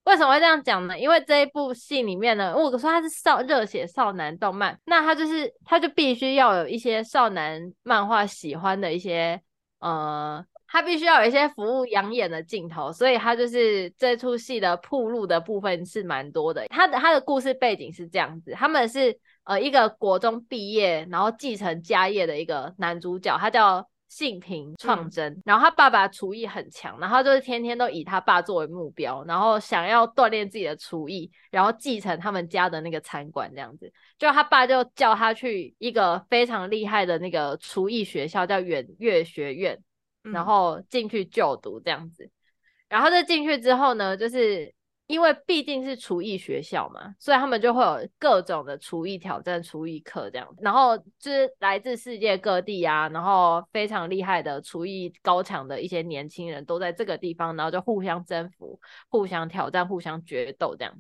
为什么会这样讲呢？因为这一部戏里面呢，我说它是少热血少男动漫，那它就是它就必须要有一些少男漫画喜欢的一些呃，它必须要有一些服务养眼的镜头，所以它就是这出戏的铺路的部分是蛮多的。它的它的故事背景是这样子，他们是呃一个国中毕业，然后继承家业的一个男主角，他叫信平创
嗯
真，然后他爸爸厨艺很强，然后他就是天天都以他爸作为目标，然后想要锻炼自己的厨艺，然后继承他们家的那个餐馆这样子。就他爸就叫他去一个非常厉害的那个厨艺学校，叫远月学院，然
嗯
后进去就读这样子。然后再进去之后呢，就是因为毕竟是厨艺学校嘛，所以他们就会有各种的厨艺挑战、厨艺课这样。然后就是来自世界各地啊，然后非常厉害的厨艺高强的一些年轻人都在这个地方，然后就互相征服、互相挑战、互相决斗这样。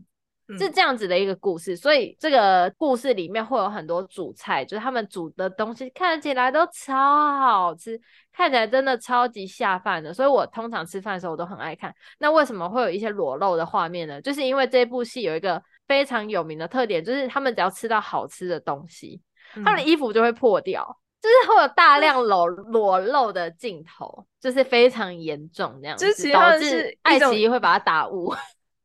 是
嗯
这样子的一个故事，所以这个故事里面会有很多主菜，就是他们煮的东西看起来都超好吃，看起来真的超级下饭的。所以我通常吃饭的时候我都很爱看。那为什么会有一些裸露的画面呢？就是因为这部戏有一个非常有名的特点，就是他们只要吃到好吃的东西，他们的
嗯
衣服就会破掉，就是会有大量裸裸露的镜头，就是非常严重这样
就是
子，
其实他
导
们是
致
一
爱
种
奇艺会把它打误。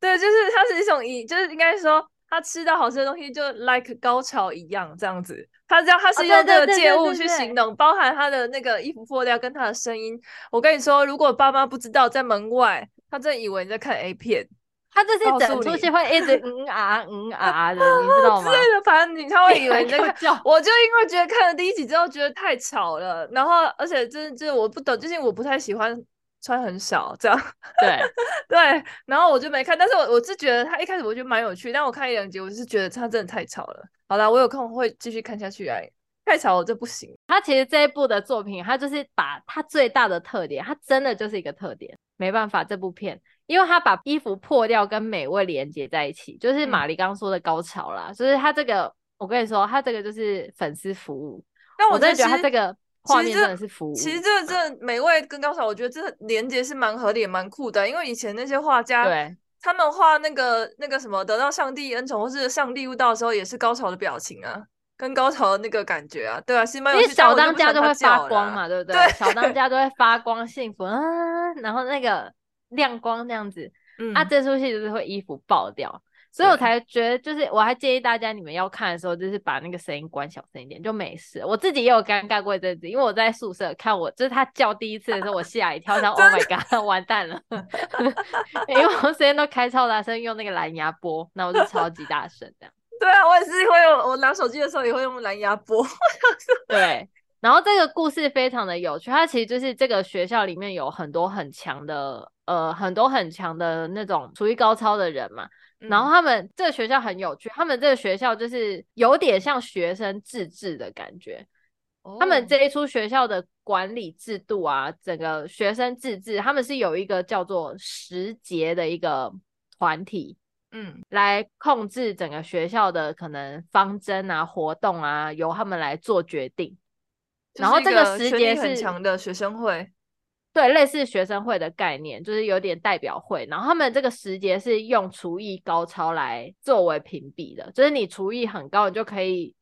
对，就是它是一种以，就是应该说，他吃到好吃的东西就 like 高潮一样这样子。他这样，他是
哦对
用
对
这个
对
借
对
物
对
去
对
形容，包含他的那个衣服破掉跟他的声音。我跟你说，如果爸妈不知道，在门外，他真的以为你在看 A 片。
他这
告
些整
诉
出
你
去会一直嗯啊嗯
(laughs)
啊的，你知道
之
吗？
类的，反正你他会以为你在看。
叫
我就因为觉得看了第一集之后觉得太吵了，然后而且真的就是我不懂，就是我不太喜欢穿很少这样， (laughs)
对，
对，然后我就没看，但是我我是觉得他一开始我觉得蛮有趣，但我看一两集我是觉得他真的太吵了。好啦，我有空会继续看下去哎，太吵我这不行。
他其实这一部的作品，他就是把他最大的特点，他真的就是一个特点，没办法，这部片，因为他把衣服破掉跟美味连接在一起，就是
嗯
玛丽刚刚说的高潮啦，就是他这个，我跟你说，他这个就是粉丝服务，
但
我
觉
真
得
的觉得
其
他
实
这个
其
画
实
面
这
真的是服务，
其实这这美味跟高潮，我觉得这连接是蛮合理、也蛮酷的。因为以前那些画家，
对
他们画那个那个什么得到上帝恩宠或是上帝悟道的时候，也是高潮的表情啊，跟高潮的那个感觉啊，对啊，是蛮有
因为
趣。
小
但
当
我不喜
家
欢
就
它
会发
叫啊啦
光，嘛，对不对？
对
小当家就会发光，幸福啊，然后那个亮光那样子，
嗯
啊，这出戏就是会衣服爆掉，所以我
对
才觉得，就是我还建议大家你们要看的时候，就是把那个声音关小声一点，就没事。我自己也有尴尬过一阵子，因为我在宿舍看我，就是他叫第一次的时候，我吓一
(laughs)
跳，想 Oh my god，完 (laughs) 蛋了，因为我声音都开超大声，用那个蓝牙播，那我就超级大声这样。
对啊，我也是会用，我拿手机的时候也会用蓝牙播。
对，然后这个故事非常的有趣，它其实就是这个学校里面有很多很强的，呃，很多很强的那种厨艺高超的人嘛。 (laughs) 然
嗯
后他们这个学校很有趣，他们这个学校就是有点像学生自治的感觉，
嗯
他们
哦
这一出学校的管理制度啊，整个学生自治，他们是有一个叫做时节的一个团体，
嗯
来控制整个学校的可能方针啊、活动啊，由他们来做决定。
就
然
是
后
一
这
个
时
权
节
力很
是
强的学生会，
对，类似学生会的概念，就是有点代表会。然后他们这个时节是用厨艺高超来作为评比的，就是你厨艺很高，你就可以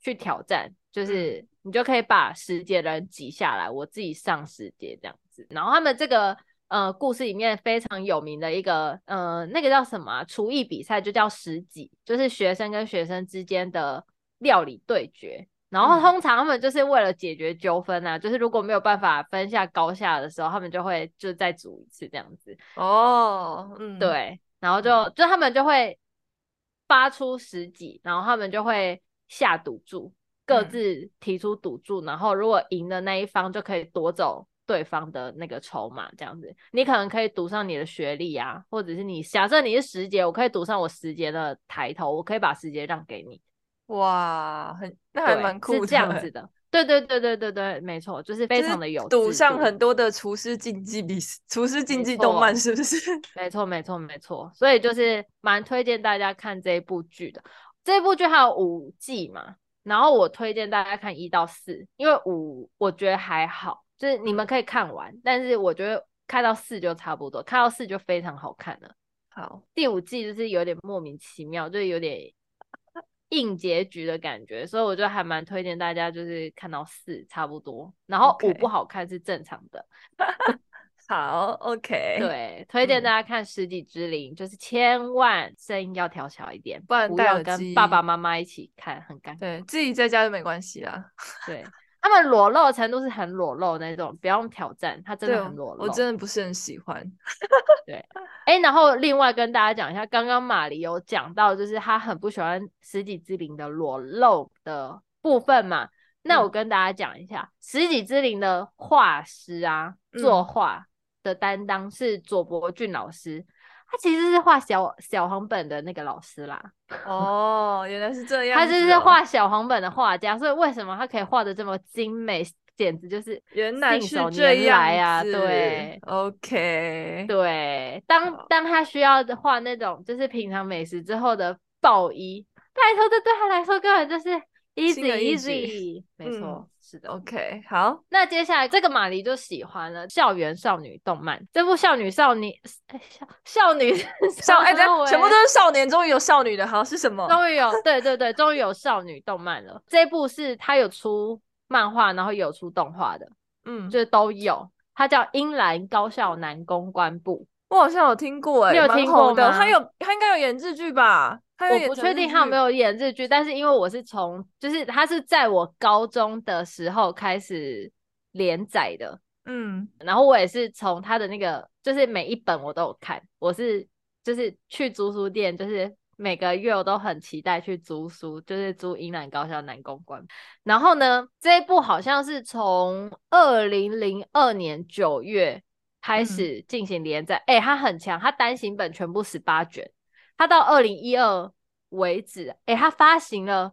去挑战，就是你就可以把时节的人挤下来。我自己上时节这样子。然后他们这个呃故事里面非常有名的一个呃那个叫什么啊、厨艺比赛，就叫十级，就是学生跟学生之间的料理对决。然后
嗯
通常他们就是为了解决纠纷啊，就是如果没有办法分下高下的时候，他们就会就再煮一次这样子。
哦，嗯，，
对，然后就就他们就会发出十几，然后他们就会下赌注，各
嗯
自提出赌注，然后如果赢的那一方就可以夺走对方的那个筹码，这样子。你可能可以赌上你的学历啊，或者是你假设你是十节，我可以赌上我十节的抬头，我可以把十节让给你，
哇，很，那还
对，
蛮酷
是
的
这样
欸
子的。对对对对对对，没错，就是非
就是
常的有
赌
制
上
度
很多的厨师竞技比厨师竞
没
技动漫
错
是不 (laughs) 是？
没错，没错，没错，所以就是蛮推荐大家看这一部剧的。这部剧还有五季嘛，然后我推荐大家看一到四，因为五我觉得还好，就是你们可以看完，但是我觉得看到四就差不多，看到四就非常好看了。
好，
第五季就是有点莫名其妙，就是有点硬结局的感觉，所以我就还蛮推荐大家就是看到四差不多，然后五
OK
不好看是正常的。
好，OK，，
对，推荐
嗯
大家看《十几之灵》，就是千万声音要调小一点，
不然
不
戴
要
耳
跟爸爸
机
妈妈一起看，很尴尬。
对自己在家就没关系啦。
对，他们裸露的程度是很裸露那种，不用挑战，他真
对
的
哦
很裸露。
我真的不是很喜欢。
哎、然后另外跟大家讲一下，刚刚马里有讲到，就是他很不喜欢《十几之灵》的裸露的部分嘛。那我
嗯
跟大家讲一下，十几之灵》的画师啊，作
嗯
画的担当是左伯俊老师，他其实是画小小黄本的那个老师啦，
哦，原来是这样
他
子
就是
哦
画小黄本的画家，所以为什么他可以画的这么精美，简直就是
原来
信
是
手
这
拈来
样
啊，
子
对。
，OK，
对，当
好
当他需要的画那种就是品尝美食之后的爆衣，拜托，这对他来说根本就是 easy
轻而易举
easy，没错，
嗯
是的。
OK，好，
那接下来这个马黎就喜欢了校园少女动漫，这部少女少女哎少少
(laughs)
女
少哎，等
等
一下全部都是少年，终于有少女的，好是什么？
终于有，对对对，终于有少女动漫了。这部是它有出漫画，然后有出动画的，
嗯，
就是都有。它叫英兰高校男公关部，
我好像有听过，哎，
你有
蛮
听
红
过
的，他
吗
有他应该有演日剧吧？他有
我
演
不
成
确
日
定他有没
剧
有演日剧，但是因为我是从，就是他是在我高中的时候开始连载的，
嗯，
然后我也是从他的那个，就是每一本我都有看，我是就是去租书店，就是每个月我都很期待去租书，就是租《英兰高校男公关》。然后呢，这一部好像是从二零零二年九月开
嗯
始进行连载，哎、它很强，它单行本全部十八卷，它到二零一二为止，哎、它发行了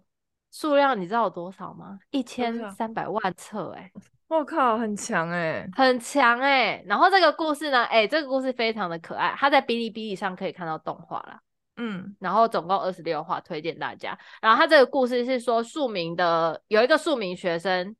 数量你知道有多少吗？一千三百万册、哎。
我靠，很强哎，
很强哎、然后这个故事呢，哎、这个故事非常的可爱，它在哔哩哔哩上可以看到动画啦。
嗯
然后总共二十六话，推荐大家。然后它这个故事是说，庶民的有一个庶民学生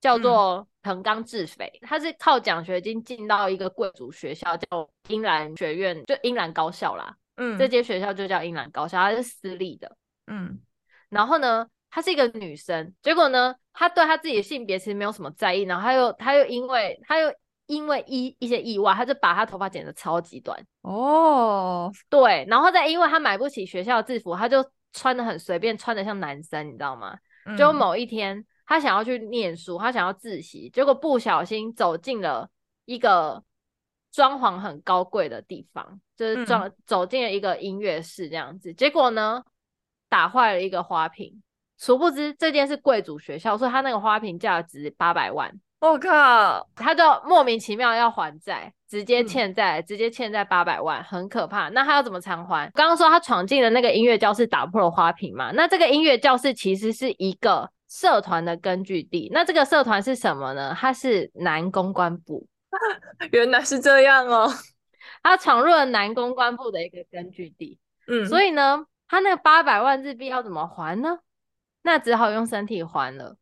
叫
嗯
做藤冈志斐，他是靠奖学金进到一个贵族学校，叫英兰学院，就英兰高校啦。
嗯，
这间学校就叫英兰高校，它是私立的。
嗯
然后呢，她是一个女生，结果呢，她对她自己的性别其实没有什么在意，然后她又她又因为她又因为一一些意外，她就把她头发剪得超级短，
哦，
对，然后再因为她买不起学校制服，她就穿的很随便，穿的像男生，你知道吗？就
嗯
某一天，她想要去念书，她想要自习，结果不小心走进了一个装潢很高贵的地方，就是装、走进了一个音乐室这样子，结果呢，打坏了一个花瓶。殊不知这间是贵族学校，所以他那个花瓶价值八百万，
我靠，
他就莫名其妙要还债，直接
嗯
欠债，直接欠债八百万，很可怕。那他要怎么偿还？刚刚说他闯进了那个音乐教室，打破了花瓶嘛？那这个音乐教室其实是一个社团的根据地。那这个社团是什么呢？它是男公关部，
原来是这
(laughs)
样哦，
他闯入了男公关部的一个根据地。
嗯，
所
以
以呢，他那八百万日币要怎么还呢？那只好用身体还了。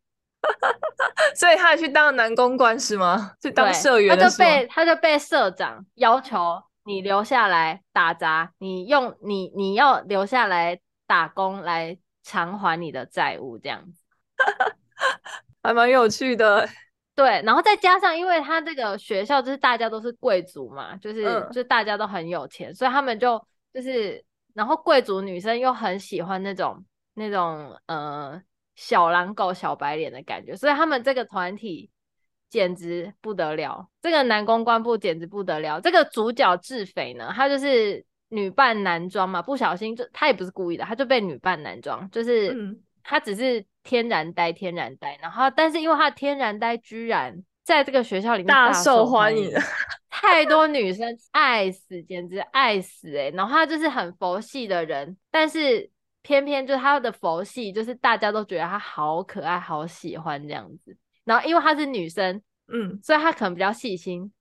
所以他也去当男公关是吗？去当
对
社
他
员的
就是
吗？
被他就被社长要求你留下来打杂，你用你你要留下来打工来偿还你的债务这样子。
还蛮有趣的，
对，然后再加上，因为他这个学校就是大家都是贵族嘛，就是、
嗯
就大家都很有钱，所以他们就就是，然后贵族女生又很喜欢那种那种呃小狼狗、小白脸的感觉，所以他们这个团体简直不得了。这个男公关部简直不得了。这个主角志斐呢，他就是女扮男装嘛，不小心就他也不是故意的，他就被女扮男装，就是、
嗯，
他只是天然呆，天然呆。然后，但是因为他的天然呆居然在这个学校里面
大
受
受欢
迎
迎，
太多女生爱死，简直爱死哎、然后他就是很佛系的人，但是偏偏就是他的佛系，就是大家都觉得他好可爱，好喜欢这样子。然后因为她是女生，
嗯，
所以她可能比较细心。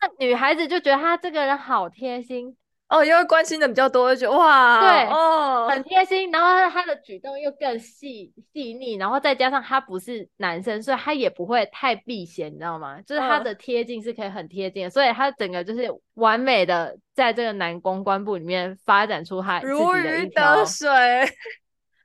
那女孩子就觉得她这个人好贴心，
哦，因为关心的比较多，就觉得哇，
对
哦，
很贴心，然后他的举动又更细细腻，然后再加上他不是男生，所以他也不会太避嫌，你知道吗？就是他
嗯
的贴近是可以很贴近的，所以他整个就是完美的在这个男公关部里面发展出他自己
如
的一
鱼
条
得水。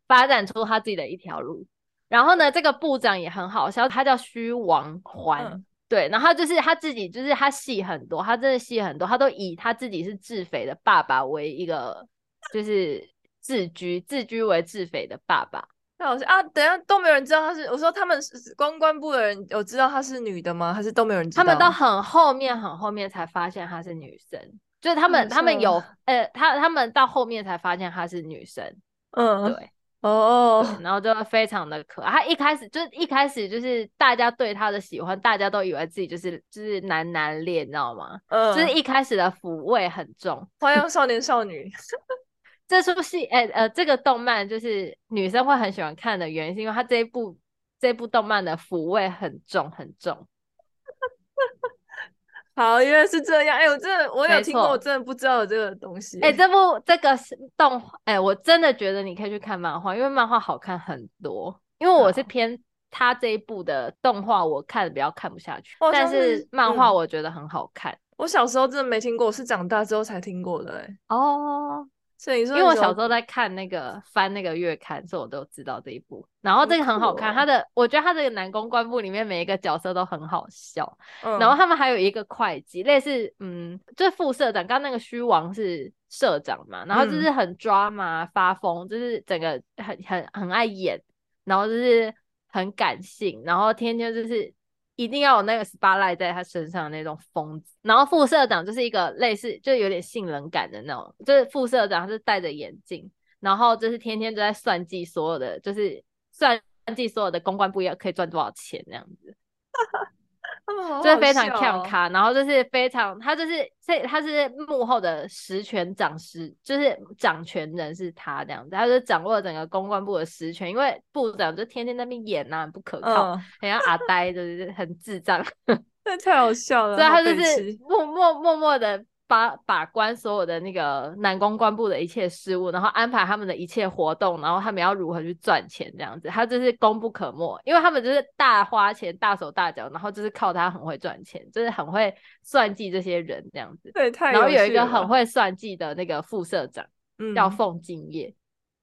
发展出他自己的一条路。然后呢，这个部长也很好笑，他叫虚王环，
嗯
对，然后他就是他自己，就是他戏很多，他真的戏很多，他都以他自己是志斐的爸爸为一个，就是自居，自居为志斐的爸爸。
太好笑啊！等一下都没有人知道她是，我说他们是公关部的人有知道她是女的吗？还是都没有人知
他
道？
们到很后面很后面才发现她是女生，就是他们
好
他们
笑
有呃，他他们到后面才发现她是女生，对。
嗯哦
对，然后就非常的可爱。他一开始就是一开始就是大家对他的喜欢，大家都以为自己就是就是男男恋，你知道吗？
嗯，
就是一开始的抚慰很重。
花样少年少女，
这出戏，哎、呃，这个动漫就是女生会很喜欢看的原因，是因为它这一部这部动漫的抚慰很重很重。
好，原来是这样。哎、我真的我有
没
听过，
错
我真的不知道有这个东西。
哎、这部这个是动画，哎、我真的觉得你可以去看漫画，因为漫画好看很多。因为我是
好
偏他这一部的动画，我看的比较看不下去，
好
但
哦像是
是漫画
嗯
我觉得很好看。
我小时候真的没听过，我是长大之后才听过的、哎，
哦，
所以你说
因为我
你怎么
小时候在看那个翻那个月刊，所以我都知道这一部。然后
好
这个很好看，
酷哦
他的我觉得他这个男公关部里面每一个角色都很好笑。
嗯、
然后他们还有一个会计，类似嗯，就是副社长，刚刚那个虚王是社长嘛，然后就
嗯
是很抓嘛，发疯，就是整个很很很爱演，然后就是很感性，然后天天就是一定要有那个 spotlight 在他身上的那种疯子。然后副社长就是一个类似就有点性冷感的那种，就是副社长他是戴着眼镜，然后就是天天都在算计所有的，就是算计所有的公关部要可以赚多少钱那样子。
(laughs) 他们好
就是
好
非常
笑
跳
哦
咖，然后就是非常，他就是这他是幕后的实权掌实，就是掌权人是他这样子，他就掌握了整个公关部的实权，因为部长就天天在那边演呐、啊，很不可靠，
嗯，
很像阿呆，就是很智障，
那太好笑了，
所以
好
他就
北
是
齐
默默默默的把把关所有的那个南公关部的一切事务，然后安排他们的一切活动，然后他们要如何去赚钱这样子，他就是功不可没，因为他们就是大花钱、大手大脚，然后就是靠他很会赚钱，就是很会算计这些人这样子。
对，太
然后有一
趣
个
了
很
吧
会算计的那个副社长叫
嗯
凤敬业，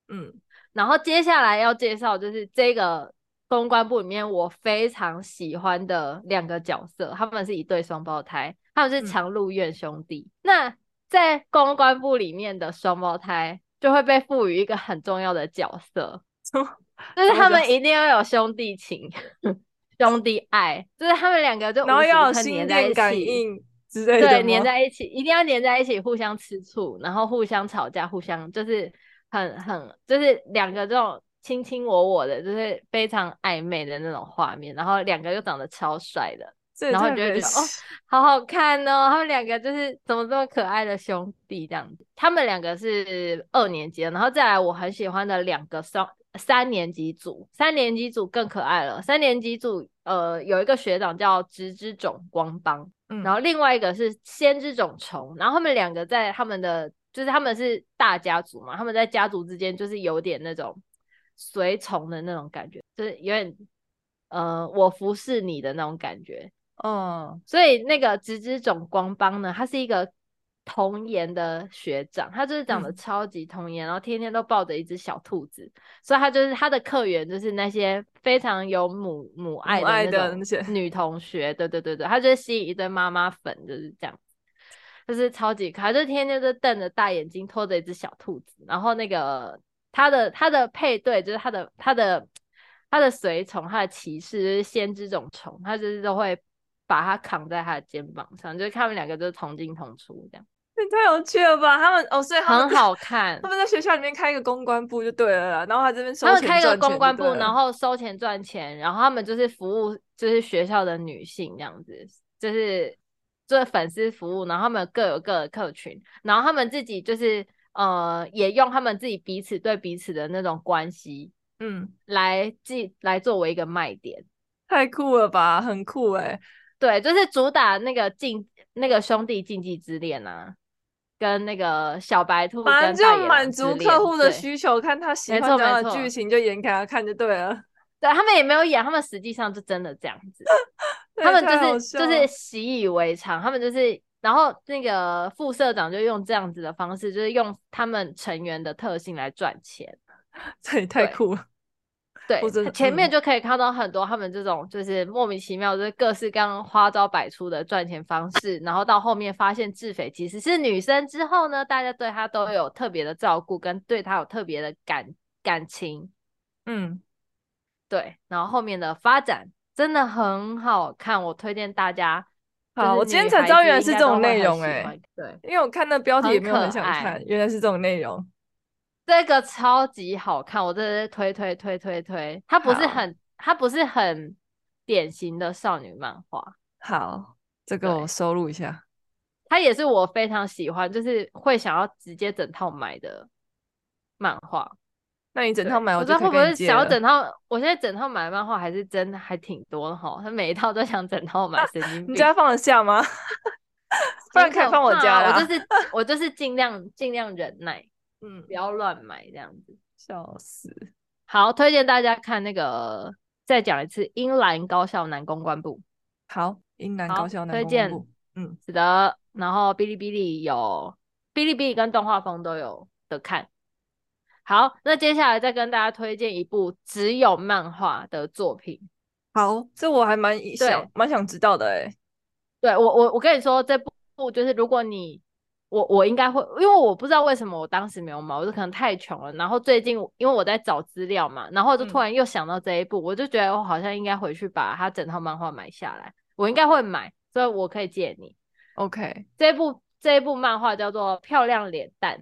嗯 (laughs)
然后接下来要介绍就是这个公关部里面我非常喜欢的两个角色，他们是一对双胞胎，他们
嗯
是常入院兄弟。那在公关部里面的双胞胎就会被赋予一个很重要的角色，
什么
就是
什么
他们
角
一定要有兄弟情、 (laughs) 兄弟爱，就是他们两个就
然后
无时
要
无
有
刻
心
黏在
电
一
感
起。
应之类的
对，黏
吗
在一起，一定要黏在一起，互相吃醋，然后互相吵架，互相就是很很就是两个这种卿卿我我的，就是非常暧昧的那种画面，然后两个又长得超帅的，
这也
然后
太
你就会
北
觉得哦
齐
好好看哦，他们两个就是怎么这么可爱的兄弟这样子。他们两个是二年级的，然后再来我很喜欢的两个双三年级组，三年级组更可爱了。三年级组呃有一个学长叫直之种光帮，
嗯
然后另外一个是先知种虫，然后他们两个在他们的就是他们是大家族嘛，他们在家族之间就是有点那种随从的那种感觉，就是有点呃我服侍你的那种感觉。
嗯
所以那个直之种光帮呢，他是一个童颜的学长，他就是长得
嗯
超级童颜，然后天天都抱着一只小兔子，所以他就是他的客源就是那些非常有母母爱
爱
的
的
那
那
种
些
女同学，对对对对，他就是吸引一堆妈妈粉，就是这样。就是超级可爱，就是天天就瞪着大眼睛，拖着一只小兔子。然后那个他的他的配对，就是他的他的他的随从、他的骑士就是先知种虫，他就是都会把他扛在他的肩膀上，就是他们两个就是同进同出
(laughs)
这样，
也太有趣了吧！他们哦，所以他们
很好看
他。们在学校里面开一个公关部就对了啦，然后他这边收
他们
钱
开一个
赚钱
公
就
关
对
部，
了
然后收钱赚钱，然后他们就是服务，就是学校的女性这样子，就是做粉丝服务，然后他们各有各的客群，然后他们自己就是呃，也用他们自己彼此对彼此的那种关系
嗯，
来记来作为一个卖点，
太酷了吧，很酷哎、
对，就是主打那个竞那个兄弟竞技之恋啊，跟那个小白兔跟
反正
大野
就
狼
满
之
足
恋
客户的
对
需求，看他喜
没
欢
错
这样
没
的
错
剧情就演给他看就对了。
对他们也没有演，他们实际上就真的这样子。(laughs)
对
他们
太好
就是就
笑
是
了
习以为常，他们就是，然后那个副社长就用这样子的方式，就是用他们成员的特性来赚钱。
这也太
对
酷了，
对
我真，
他前面
嗯
就可以看到很多他们这种就是莫名其妙，就是各式各样花招百出的赚钱方式，然后到后面发现志斐其实是女生之后呢，大家对她都有特别的照顾，跟对她有特别的感感情，
嗯，
对，然后后面的发展真的很好看，我推荐大家。
好我今天才知道原来是这种内容欸
哎、对，
因为我看那标题
很
也没有很
可
想
爱
看，原来是这种内容。
这个超级好看，我真的是推推推推推。它不是
好
很，它不是很典型的少女漫画，
好，这个我
对
收录一下。
它也是我非常喜欢，就是会想要直接整套买的漫画。
那你整
对
套买，
我
我
不知
就
道会
可以
不
跟
会
你借
想要
了
整套，我现在整套买的漫画还是真的还挺多的哈，他每一套都想整套买，神经
(laughs) 你
病。
家放得下吗？不然
很
可以
可
放我
怕
家啦。
我就是我就是尽量尽量忍耐，
嗯
不，要乱买这样子。
笑死。
好，推荐大家看那个，再讲一次，英兰高校男公关部。
好，英男高
好
校男
推
公
荐
关部。嗯，
是的，然后哔哩哔哩有，哔哩哔哩跟动画风都有的看。好，那接下来再跟大家推荐一部只有漫画的作品。
好，这我还蛮想
对
蛮想知道的哎、
对我，我我跟你说，这部就是如果你我我应该会，因为我不知道为什么我当时没有买，我就可能太穷了。然后最近我因为我在找资料嘛，然后我就突
嗯
然又想到这一部，我就觉得我好像应该回去把它整套漫画买下来，我应该会买，所以我可以借你。
OK，
这部这部漫画叫做《漂亮脸蛋》，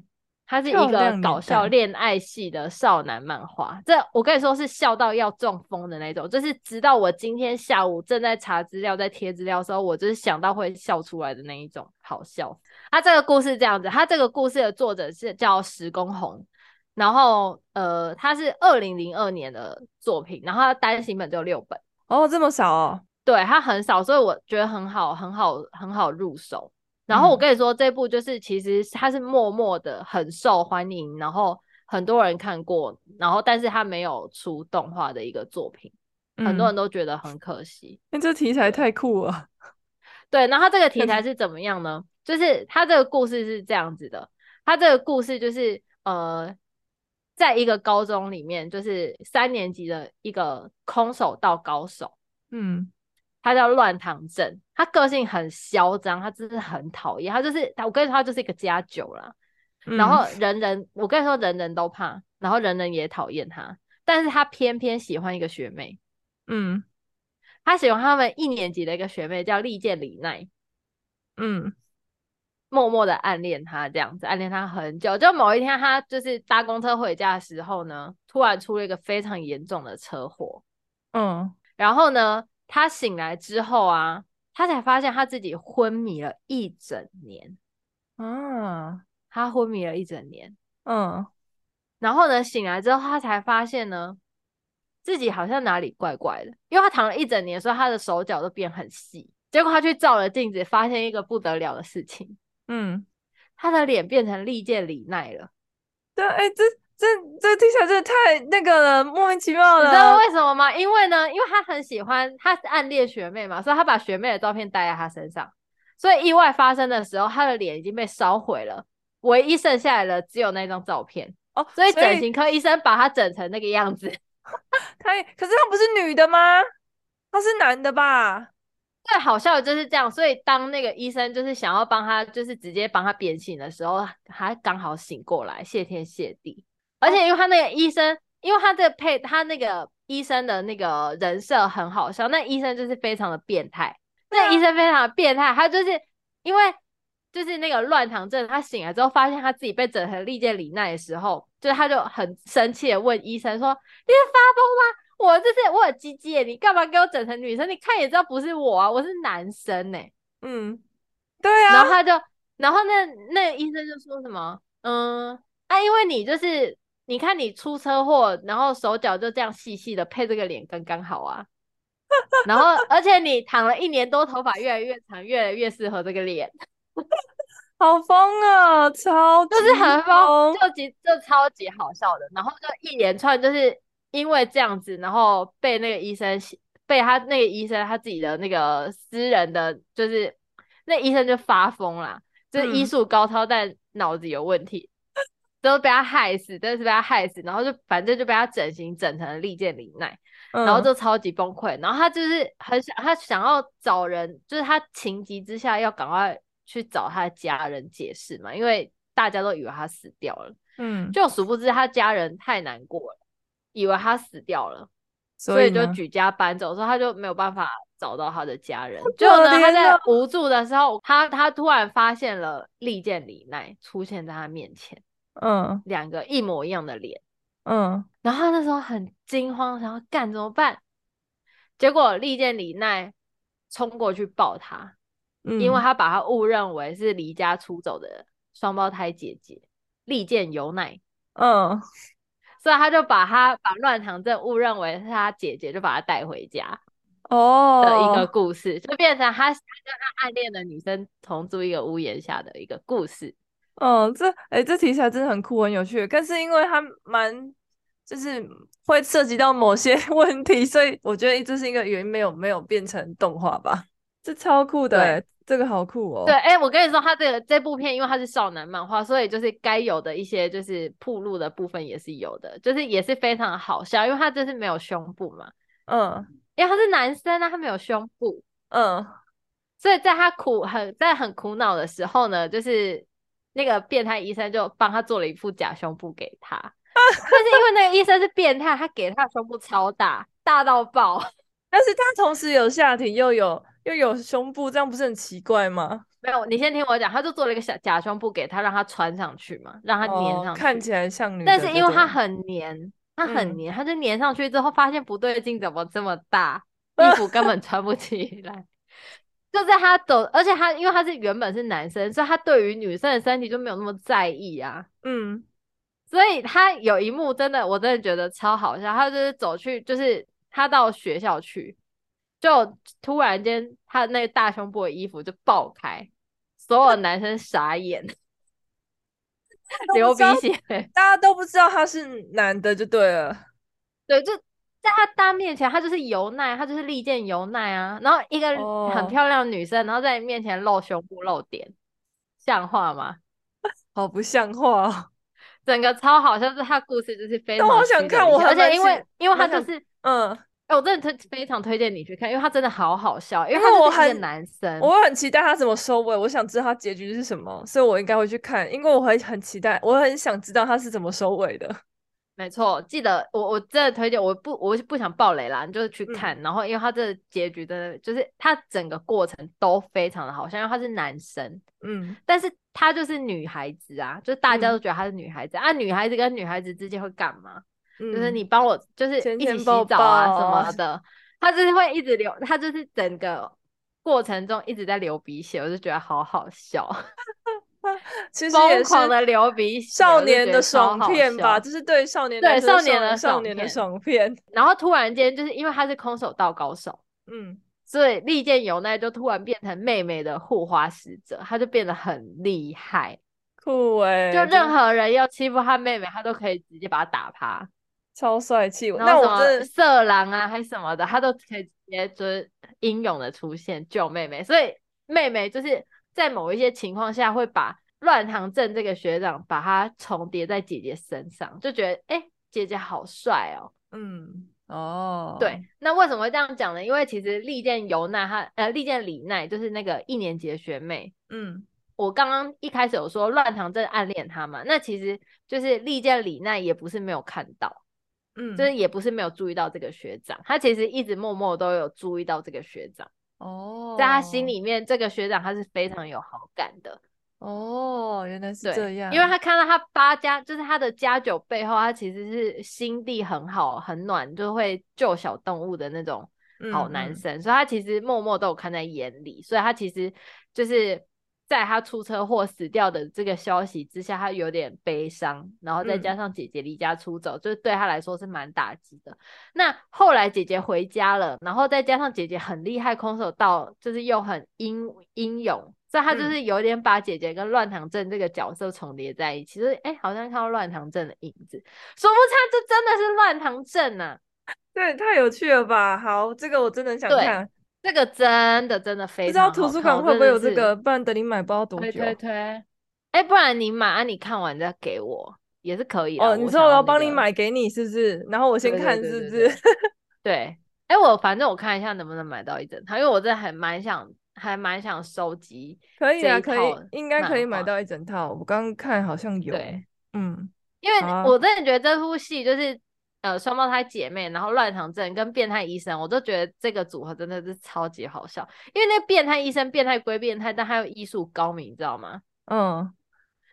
它是
漂
一
亮
个
脸
搞笑
蛋
恋爱系的少男漫画。这我跟你说是笑到要中风的那种，就是直到我今天下午正在查资料、在贴资料的时候，我就是想到会笑出来的那一种，好笑。它这个故事这样子，它这个故事的作者是叫石公红。然后，呃，它是二零零二年的作品，然后它单行本只有六本，
哦，这么少哦，
对，它很少，所以我觉得很好，很好，很好入手。然后我
嗯
跟你说，这部就是其实它是默默的很受欢迎，然后很多人看过，然后但是它没有出动画的一个作品，很多人
嗯，
都觉得很可惜。
那这题材太酷了，
对，然后它这个题
看
材是怎么样呢？就是它这个故事是这样子的，它这个故事就是呃，在一个高中里面，就是三年级的一个空手道高手，
嗯，
他叫乱堂症，他个性很嚣张，他真的很讨厌，他就是他，我跟你说，他就是一个家酒啦。然
嗯
后人人，我跟你说，人人都怕，然后人人也讨厌他，但是他偏偏喜欢一个学妹，
嗯
他喜欢他们一年级的一个学妹叫利剑李奈，
嗯
默默的暗恋他这样子，暗恋他很久。就某一天，他就是搭公车回家的时候呢，突然出了一个非常严重的车祸，
嗯，
然后呢，他醒来之后啊，他才发现他自己昏迷了一整年，
啊，
他昏迷了一整年。
嗯，
然后呢，醒来之后他才发现呢，自己好像哪里怪怪的，因为他躺了一整年，所以他的手脚都变很细。结果他去照了镜子，发现一个不得了的事情，
嗯，
他的脸变成利剑李奈了。
对，哎、这这这听起来真的太那个了，莫名其妙
你知道
了，
为什么吗？因为呢，因为他很喜欢，他是暗恋学妹嘛，所以他把学妹的照片带在他身上，所以意外发生的时候，他的脸已经被烧毁了，唯一剩下来的只有那张照片，
哦，
所以
所
整
以
形科医生把他整成那个样子。
他也可是他不是女的吗？他是男的吧？
最好笑的就是这样，所以当那个医生就是想要帮他，就是直接帮他变性的时候，他刚好醒过来，谢天谢地。而且因为他那个医生，因为他这个配他那个医生的那个人设很好笑，那医生就是非常的变态，那医生非常的变态，他就是因为就是那个乱糖症，他醒来之后发现他自己被整成利剑李奈的时候，就是他就很生气的问医生说：“你是发疯吗？我这是我有鸡鸡耶，你干嘛给我整成女生？你看也知道不是我啊，我是男生呢、
嗯，对
然
啊
后，他就，然后那那个医生就说什么，嗯，啊，因为你就是，你看你出车祸，然后手脚就这样细细的，配这个脸刚刚好啊。 (laughs) 然后，而且你躺了一年多，头发越来越长，越来越适合这个脸，
好疯啊，超
就是
级
很疯，就极就超级好笑的。然后就一连串，就是因为这样子，然后被那个医生被他那个医生他自己的那个私人的，就是那医生就发疯啦，就是医
嗯
术高超，但脑子有问题，都被他害死，真的是被他害死。然后就反正就被他整形整成了利剑李奈。
嗯，
然后就超级崩溃。然后他就是很想，他想要找人，就是他情急之下要赶快去找他的家人解释嘛，因为大家都以为他死掉了，
嗯，
就殊不知他家人太难过了，以为他死掉了，
所
所以就
呢
举家搬走，所以他就没有办法找到他的家人。结
可
果呢，他
怜
在
啊
无助的时候，他他突然发现了利剑李奈出现在他面前，
嗯
两个一模一样的脸。
嗯
然后他那时候很惊慌，想要干怎么办？结果利剑李奈冲过去抱他，
嗯，
因为他把他误认为是离家出走的双胞胎姐姐利剑由奈，
嗯
所以他就把他把乱堂症误认为是他姐姐，就把他带回家的一个
哦，
故事，就变成他他跟他暗恋的女生同住一个屋檐下的一个故事。
嗯，这哎、这题材真的很酷，很有趣。但是因为它蛮，就是会涉及到某些 (laughs) 问题，所以我觉得这是一个原因，没有没有变成动画吧。这超酷的、
对
欸，这个好酷哦。
对，哎、我跟你说，他这个这部片，因为它是少男漫画，所以就是该有的一些就是铺路的部分也是有的，就是也是非常好笑，因为他这是没有胸部嘛，
嗯
因为他是男生啊，他没有胸部，
嗯，
所以在他苦很在很苦恼的时候呢，就是那个变态医生就帮他做了一副假胸部给
(laughs)
他，但是因为那个医生是变态，他给他的胸部超大，大到爆。 (laughs)
但是它同时有下体，又有又有胸部，这样不是很奇怪吗？
没有，你先听我讲，他就做了一个假假胸部给他，让他穿上去嘛，让他粘
哦
上去。
看起来像女
但
的
是
就
因为
对
它
了
很黏，它很
嗯
黏，它就黏上去之后发现不对劲，怎么这么
(laughs)
大？衣服根本穿不起来。就在他走，而且他因为他是原本是男生，所以他对于女生的身体就没有那么在意啊。
嗯
所以他有一幕真的，我真的觉得超好笑。他就是走去，就是他到学校去，就突然间他那个大胸部的衣服就爆开，所有男生傻
(laughs)
眼，
都
流
不知
鼻
道
血。
大家都不知道他是男的就对了。
对，就在他大面前，他就是由奈，他就是利剑由奈啊。然后一个很
哦
漂亮的女生，然后在你面前露胸部露点，像话吗？
好不像话、哦。
整个超好笑，就是他故事就是非
但
常
我好
的
想
曲折
看
离
我
奇
还
而且
蛮
因为
想
因为他
蛮
就
想
是，
嗯，
哎，我真的推非常推荐你去看，因为他真的好好笑，因为
因
他
为
就
我
是一个
很
男生，
我会很期待他怎么收尾，我想知道他结局是什么，所以我应该会去看，因为我会很期待，我很想知道他是怎么收尾的。
没错，记得我我真的推荐，我不我不想爆雷啦，你就是去
嗯
看，然后因为他这个结局真的就是他整个过程都非常的好笑，因为他是男生，
嗯
但是她就是女孩子啊，就大家
嗯
都觉得她是女孩子、啊。女孩子跟女孩子之间会干嘛？
嗯，
就是你帮我，就是
牵
一起
牵
洗
抱
澡啊
抱
什
啊
么的。她就是会一直流，她就是整个过程中一直在流鼻血，我就觉得好好笑， (laughs)
其实也
疯
是
狂的流鼻血，
少
我就
年
觉
的
得超
爽
好
片吧，
笑
这是对少年
对
来说
少年的
少
爽
年的
片
爽片。
然后突然间就是因为她是空手道高手，
嗯，
所以利剑由奈就突然变成妹妹的护花使者，她就变得很厉害。
酷哎、
就
真
任
的
何人要欺负他妹妹，他都可以直接把他打趴。
超帅气。
然后
那
什
我真
么
的
色狼啊，还是什么的，他都可以直接就是英勇的出现救妹妹。所以妹妹就是在某一些情况下会把乱堂症这个学长把他重叠在姐姐身上，就觉得哎、诶姐姐好帅哦。
嗯哦，
对，那为什么会这样讲呢？因为其实利剑由奈她呃利剑李奈就是那个一年级的学妹，
嗯
我刚刚一开始有说乱堂真的暗恋他嘛，那其实就是利剑李奈也不是没有看到，
嗯，
就是也不是没有注意到这个学长，他其实一直默默都有注意到这个学长，
哦，
在他心里面，这个学长他是非常有好感的，
哦，原来是
对，
这样，
因为他看到他八加，就是他的家酒背后，他其实是心地很好、很暖，就会救小动物的那种好
嗯
男
嗯
生，所以他其实默默都有看在眼里，所以他其实就是在他出车祸死掉的这个消息之下，他有点悲伤，然后再加
嗯
上姐姐离家出走，就是对他来说是蛮打击的。那后来姐姐回家了，然后再加上姐姐很厉害，空手道就是又很英英勇，所以她就
嗯
是有点把姐姐跟乱堂症这个角色重叠在一起，就是哎、诶好像看到乱堂症的影子，说不差这真的是乱堂症呐、
对，太有趣了吧？好，这个我真的很想
对
看，
这个真的真的
不
非
知道
常
图
好
书
看
馆
我
会不
真
会
的
有这
是
个，不然等你买不知道多
推
久。
推推，哎、不然你买，啊、你看完再给我也是可以啦
哦，你
啊我
说
想
我要
要那
帮你
个
买给你是不是？然后我先
对对
看
对
是不
对
是？
对，哎，我反正我看一下能不能买到一整套，因为我真的还蛮想，还蛮想收集
(laughs) 可以
这
啊，
一
可以
套，
应该可
漫
以买
画
到一整套。我刚刚看好像有，
对
嗯，
因为
好啊
我真的觉得这部戏就是呃双胞胎姐妹，然后乱糖症跟变态医生，我都觉得这个组合真的是超级好笑。因为那变态医生变态归变态，但他又医术高明，你知道吗？
嗯，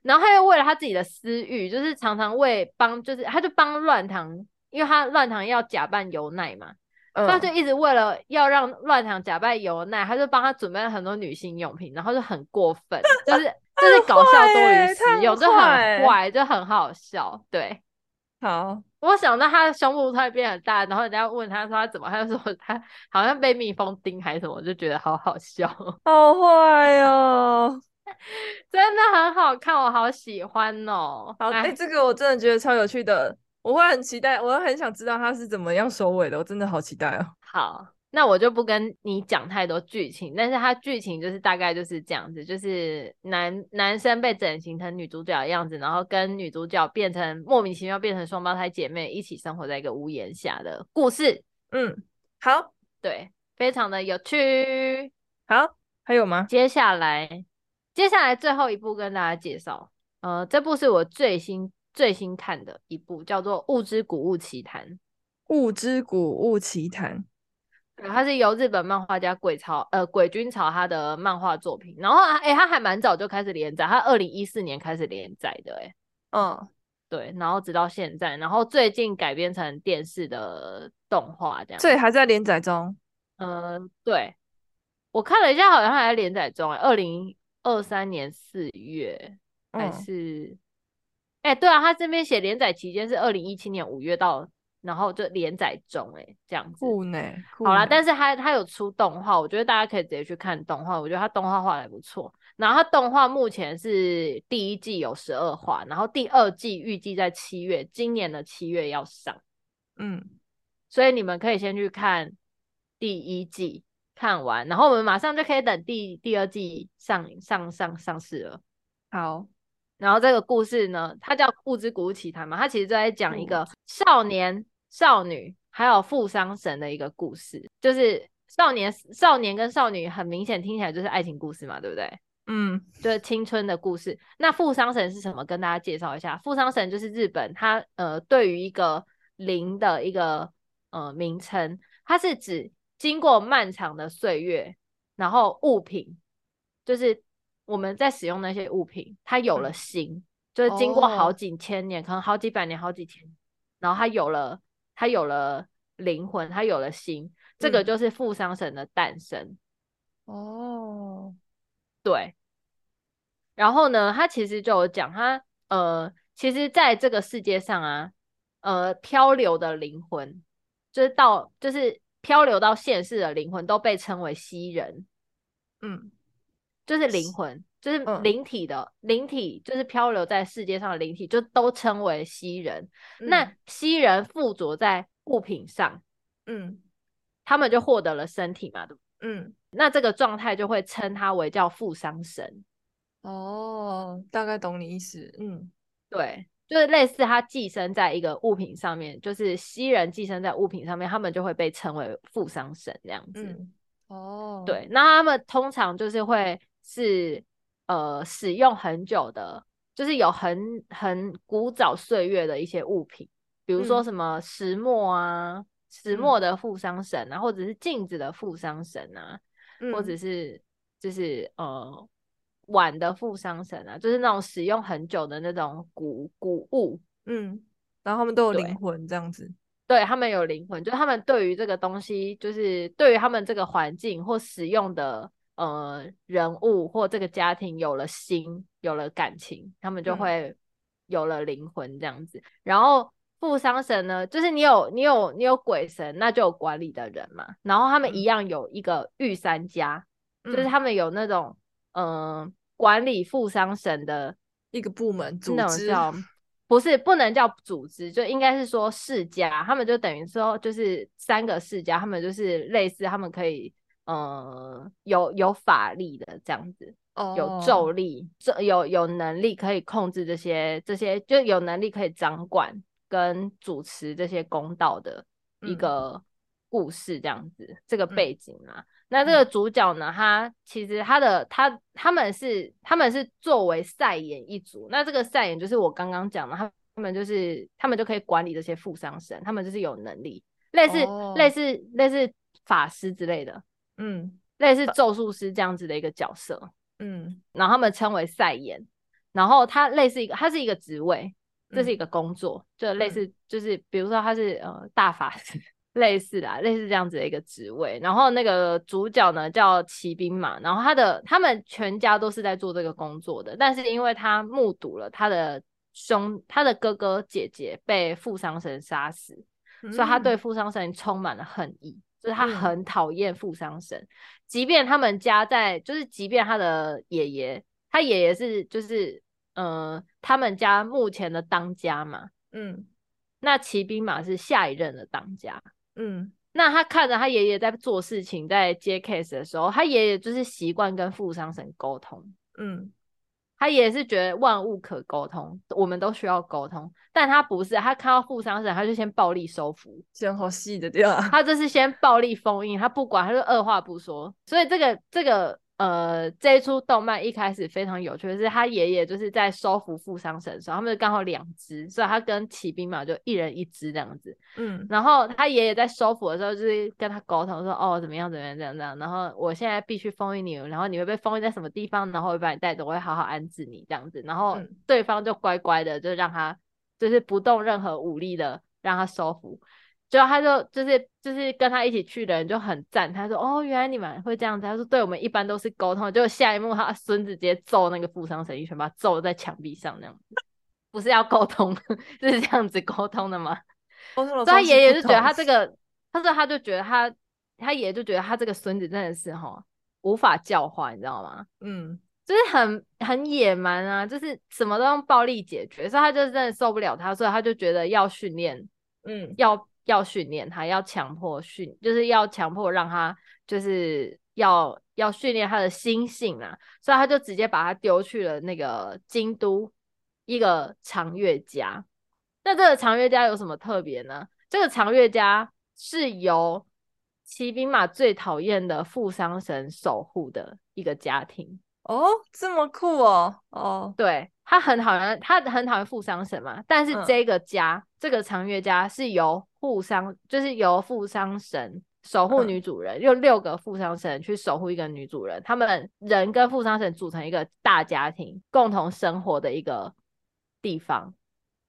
然后他又为了他自己的私欲，就是常常为帮，就是他就帮乱糖，因为他乱糖要假扮尤奈嘛，
嗯，
他就一直为了要让乱糖假扮尤奈，他就帮他准备了很多女性用品，然后就很过分，
(laughs)
就是就是搞笑多
坏
于
欸他
实
很
用，就很
坏欸
坏，就很好笑。对
好，
我想到他的胸部突然变很大，然后人家问他说他怎么，他就说他好像被蜜蜂叮还是什么，我就觉得好好笑， (laughs)
好坏哦。
真的很好看，我好喜欢哦。
好，哎、
哎
这个我真的觉得超有趣的，我会很期待，我会很想知道它是怎么样收尾的，我真的好期待哦。
好，那我就不跟你讲太多剧情，但是它剧情就是大概就是这样子，就是男男生被整形成女主角的样子，然后跟女主角变成莫名其妙变成双胞胎姐妹，一起生活在一个屋檐下的故事，
嗯，好，
对，非常的有趣。
好，还有吗？
接下来，接下来最后一部跟大家介绍，呃，这部是我最新最新看的一部，叫做《物之古物奇谭》。
物之古物奇谈，
对它是由日本漫画家鬼潮呃鬼君潮他的漫画作品，然后啊哎、他还蛮早就开始连载，他二零一四年开始连载的哎、
嗯，
对，然后直到现在，然后最近改编成电视的动画这样，
这也还在连载中。
呃对，我看了一下，好像还在连载中哎、二零二三年四月还
嗯，
是，哎、对啊，他这边写连载期间是二零一七年五月到，然后就连载中哎、这样子，
酷呢，酷
好啦，
呢
但是它它有出动画，我觉得大家可以直接去看动画，我觉得它动画画的不错。然后它动画目前是第一季有十二话，然后第二季预计在七月，今年的七月要上，
嗯，
所以你们可以先去看第一季，看完，然后我们马上就可以等第第二季上上上上市了。
好，
然后这个故事呢，它叫《物之古物奇谭》嘛，它其实就在讲一
物
个少年、少女还有富商神的一个故事，就是少年、少年跟少女，很明显听起来就是爱情故事嘛，对不对？
嗯，
就是青春的故事。那富商神是什么？跟大家介绍一下，富商神就是日本，它呃对于一个零的一个呃名称，它是指经过漫长的岁月，然后物品就是我们在使用那些物品，它有了
嗯
心，就是经过好
哦
几千年，可能好几百年、好几千年，然后它有了它有了灵魂，它有了心，这个
嗯
就是富商神的诞生。
哦，
对，然后呢，他其实就有讲他呃，其实在这个世界上啊，呃，漂流的灵魂，就是到就是漂流到现世的灵魂都被称为西人，
嗯，
就是灵魂，就是
嗯
灵体的灵体，就是漂流在世界上的灵体，就都称为西人。那
嗯
西人附着在物品上，
嗯
他们就获得了身体嘛，对不对？
嗯，
那这个状态就会称它为叫负伤神。
哦，大概懂你意思，嗯
对，就是类似它寄生在一个物品上面，就是西人寄生在物品上面，他们就会被称为富商神这样子。
嗯，哦，
对，，那他们通常就是会是呃使用很久的，就是有很很古早岁月的一些物品，比比如说
嗯
什么石墨啊，石
嗯
墨的富商神啊，或者是镜子的富商神啊，或者
嗯
是就是呃碗的富商神啊，就是那种使用很久的那种古古物，
嗯，然后他们都有
对
灵魂这样子，
对他们有灵魂，就是他们对于这个东西，就是对于他们这个环境或使用的呃人物或这个家庭有了心，有了感情，他们就
嗯
会有了灵魂这样子。然后富商神呢，就是你有你有你有鬼神，那就有管理的人嘛。然后他们一
嗯
样有一个御三家，就是
嗯
他们有那种嗯、呃管理富商神的
一个部门组
那种
织， (laughs)
叫不是不能叫组织，就应该是说世家，他们就等于说就是三个世家，他们就是类似他们可以呃有有法力的这样子，有
哦，
咒力，这有有能力可以控制这些这些，就有能力可以掌管跟主持这些公道的一
嗯
个故事这样子，这个
嗯
背景啊。那这个主角呢，他其实他的他他们是他们是作为赛演一族，那这个赛演就是我刚刚讲的，他他们就是他们就可以管理这些富商神，他们就是有能力，类似、类
哦
似类似法师之类的，
嗯
类似咒术师这样子的一个角色，
嗯
然后他们称为赛演，然后他类似一个，他是一个职位，这是一
嗯
个工作，就类
嗯
似就是比如说他是呃大法师，类似啦，类似这样子的一个职位。然后那个主角呢叫骑兵嘛，然后他的他们全家都是在做这个工作的，但是因为他目睹了他的兄、他的哥哥、姐姐被富商神杀死，所以他对
嗯
富商神充满了恨意，就是他
嗯
很讨厌富商神，即便他们家在，就是即便他的爷爷，他爷爷是就是呃他们家目前的当家嘛，
嗯
那骑兵马是下一任的当家。
嗯
那他看着他爷爷在做事情，在接 case 的时候，他爷爷就是习惯跟富商神沟通，
嗯
他也是觉得万物可沟通，我们都需要沟通，但他不是，他看到富商神，他就先暴力收服，
这样好细的地方，
他这是先暴力封印，他不管，他就二话不说。所以这个这个呃，这一出动漫一开始非常有趣的是，他爷爷就是在收服富商神的时候，他们刚好两只，所以他跟骑兵嘛就一人一只这样子。
嗯
然后他爷爷在收服的时候，就是跟他沟通说，哦，怎么样，怎么样，怎样，怎样。然后我现在必须封印你，然后你会被封印在什么地方，然后我会把你带走，我会好好安置你这样子。然后
嗯
对方就乖乖的，就让他就是不动任何武力的让他收服。就他就就是就是跟他一起去的人就很赞，他说哦，原来你们会这样子。他说对我们一般都是沟通，就下一幕他孙子直接揍那个富商神一拳，把他揍在墙壁上那样子， (laughs) 不是要沟通， (laughs) 是这样子沟通的吗？
沟通
所
的
以他
方式
爷爷
不
就觉得
同
他这个，他说他就觉得他，他爷爷就觉得他这个孙子真的是哈无法教化，你知道吗？
嗯
就是很很野蛮啊，就是什么都用暴力解决，所以他就真的受不了他，所以他就觉得要训练，
嗯
要要训练他，要强迫训，就是要强迫让他就是要要训练他的心性啊，所以他就直接把他丢去了那个京都一个长月家。那这个长月家有什么特别呢？这个长月家是由骑兵马最讨厌的富商神守护的一个家庭。
哦这么酷哦哦
对他很讨厌，他很讨厌富商神嘛。但是
嗯
这个家，这个长月家是由富商，就是由富商神守护
嗯
女主人，用六个富商神去守护一个女主人，他们人跟富商神组成一个大家庭，共同生活的一个地方。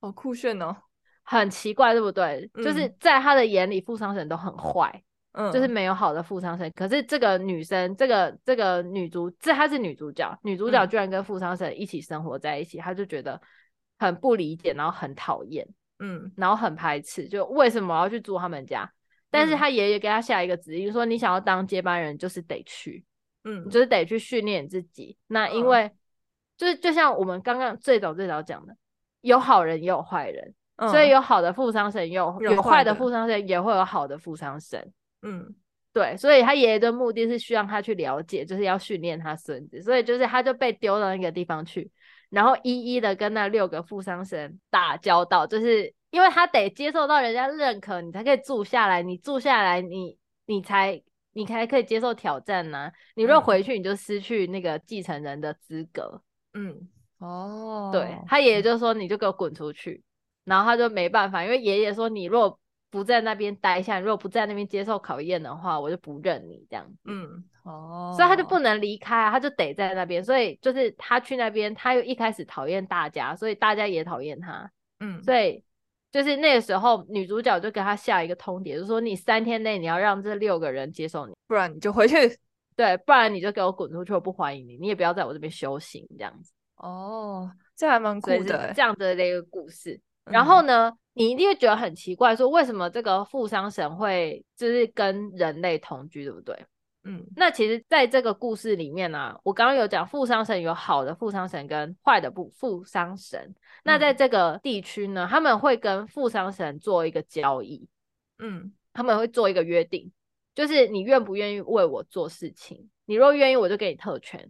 好酷炫哦
很奇怪，对不对？就是
嗯
在他的眼里，富商神都很坏，
嗯
就是没有好的富商神。可是这个女生，这个这个女主，这她是女主角，女主角
嗯
居然跟富商神一起生活在一起，她就觉得很不理解，然后很讨厌，
嗯
然后很排斥，就为什么我要去住他们家？但是
嗯
她爷爷给她下一个指令，说你想要当接班人，就是得去，
嗯
你就是得去训练你自己。那因
嗯
为、就是就像我们刚刚最早最早讲的，有好人也有坏人。所以
嗯
有好的富商神，有
有
有坏
坏
的
的
富商神，也会有好的富商神。
嗯
对，所以他爷爷的目的是需要他去了解，就是要训练他孙子，所以就是他就被丢到那个地方去，然后一一的跟那六个富商神打交道，就是因为他得接受到人家认可，你才可以住下来，你住下来你，你才你才可以接受挑战呐、你若
嗯
回去，你就失去那个继承人的资格。
嗯哦哦
对，他爷爷就说你就给我滚出去，然后他就没办法，因为爷爷说你如果不在那边待下，你如果不在那边接受考验的话，我就不认你这样子。
嗯，哦，
所以他就不能离开啊，他就得在那边。所以就是他去那边，他又一开始讨厌大家，所以大家也讨厌他。
嗯，
所以就是那个时候，女主角就跟他下一个通牒，就说你三天内你要让这六个人接受你，
不然你就回去。
对，不然你就给我滚出去，我不欢迎你，你也不要在我这边修行这样子。
哦， (laughs) 这还蛮酷
所以是
的嗯欸。
这样子的一个故事。然后呢，你一定会觉得很奇怪，说为什么这个富商神会就是跟人类同居，对不对？
嗯，嗯，
那其实，在这个故事里面呢、我刚刚有讲富商神有好的富商神跟坏的不富商神。那在
嗯
这个地区呢，他们会跟富商神做一个交易，
嗯，
他们会做一个约定，就是你愿不愿意为我做事情，你若愿意，我就给你特权。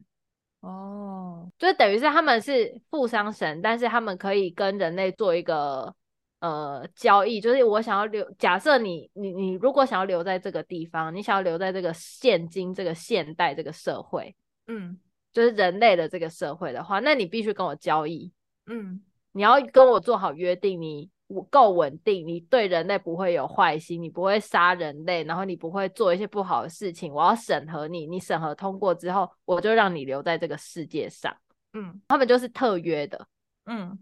哦，
就等于是他们是富商神，但是他们可以跟人类做一个呃交易，就是我想要留，假设你你你如果想要留在这个地方，你想要留在这个现今这个现代这个社会，
嗯
就是人类的这个社会的话，那你必须跟我交易，
嗯
你要跟我做好约定，你我够稳定，你对人类不会有坏心，你不会杀人类，然后你不会做一些不好的事情，我要审核你，你审核通过之后，我就让你留在这个世界上。
嗯
他们就是特约的，
嗯，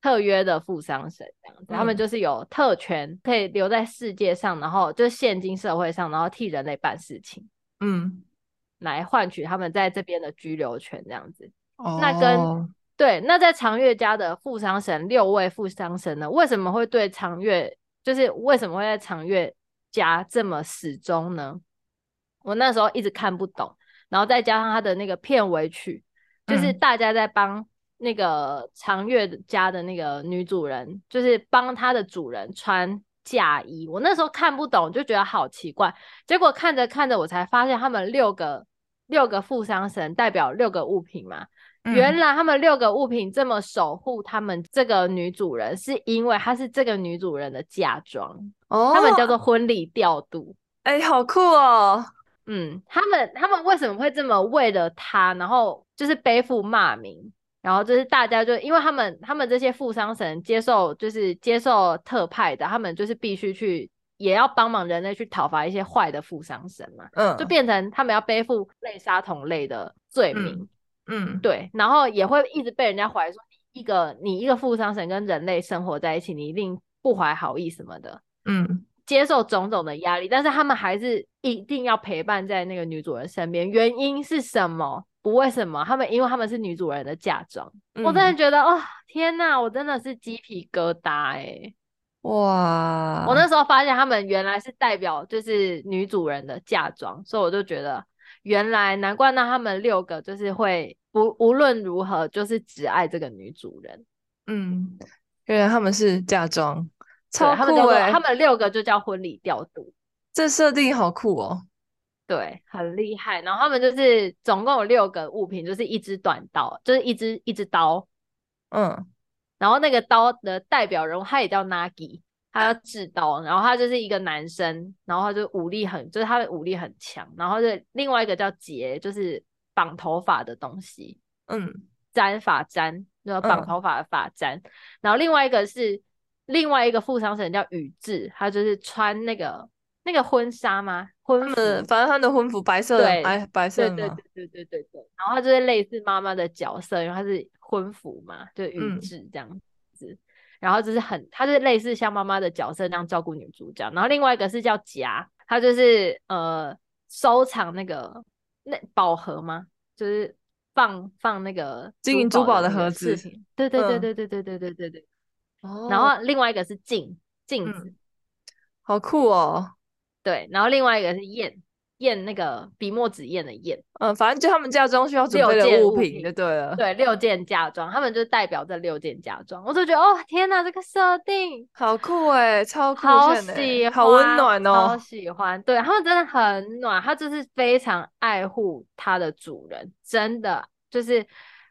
特约的富商神这样子，他们
嗯
就是有特权，可以留在世界上，然后就是现今社会上，然后替人类办事情，
嗯，
来换取他们在这边的居留权这样子。
嗯那
跟对，那在长月家的富商神六位富商神呢，为什么会对长月，就是为什么会在长月家这么始终呢？我那时候一直看不懂，然后再加上他的那个片尾曲，就是
嗯
大家在帮那个长月家的那个女主人，就是帮她的主人穿嫁衣。我那时候看不懂，就觉得好奇怪。结果看着看着，我才发现他们六个六个富商神代表六个物品嘛，
嗯
原来他们六个物品这么守护他们这个女主人，是因为她是这个女主人的嫁妆，
哦，
他们叫做婚礼调度。
哎，好酷哦，
嗯，他们他们为什么会这么为了她，然后就是背负骂名，然后就是大家就因为他们他们这些富商神接受就是接受特派的，他们就是必须去也要帮忙人类去讨伐一些坏的富商神嘛，
嗯，
就变成他们要背负类杀同类的罪名。
嗯嗯，
对，然后也会一直被人家怀疑说你一个你一个富商神跟人类生活在一起，你一定不怀好意什么的，
嗯
接受种种的压力，但是他们还是一定要陪伴在那个女主人身边。原因是什么？不为什么？他们因为他们是女主人的嫁妆，我真的
嗯
觉得哦，天呐，我真的是鸡皮疙瘩哎、
哇，
我那时候发现他们原来是代表就是女主人的嫁妆，所以我就觉得原来难怪那他们六个就是会不无论如何就是只爱这个女主人，
嗯，原来他们是嫁妆，
对
超
他们
酷
叫做
哎，
他们六个就叫婚礼调度，
这设定好酷哦，
对，很厉害。然后他们就是总共有六个物品，就是一支短刀，就是一支一支刀，
嗯
然后那个刀的代表人物他也叫 Nagi，他叫制刀，然后他就是一个男生，然后他就武力很，就是他的武力很强，然后就另外一个叫结，就是绑头发的东西，
嗯
簪发簪，那个绑
嗯
头发的发簪，然后另外一个是另外一个富商神叫宇智，他就是穿那个那个婚纱吗？婚
他们
服
的嗯反正他们的婚服白色的，
对
白白色
对
的
对
嘛，
对对对对对，然后他就是类似妈妈的角色，因为他是婚服嘛，就是
嗯
羽质这样子，然后就是很，他就是类似像妈妈的角色那样照顾女主角，然后另外一个是叫夹，他就是呃收藏那个那宝盒吗？就是放放那个
金银珠宝的
那个
盒
饰
子
品，对对对
嗯
对对对对对对对，
哦，
然后另外一个是镜镜
嗯
子，
好酷哦，
对，然后另外一个是砚砚那个笔墨纸砚的砚。
嗯，反正就他们嫁妆需要准
六
备的
件
物
物
品
品
就对了，
对，六件嫁妆，他们就代表这六件嫁妆，我就觉得哦，天哪，这个设定
好酷哎，超酷
好
炫哎，
喜欢，
好温暖
好
哦，
喜欢。对他们真的很暖，他就是非常爱护他的主人，真的就是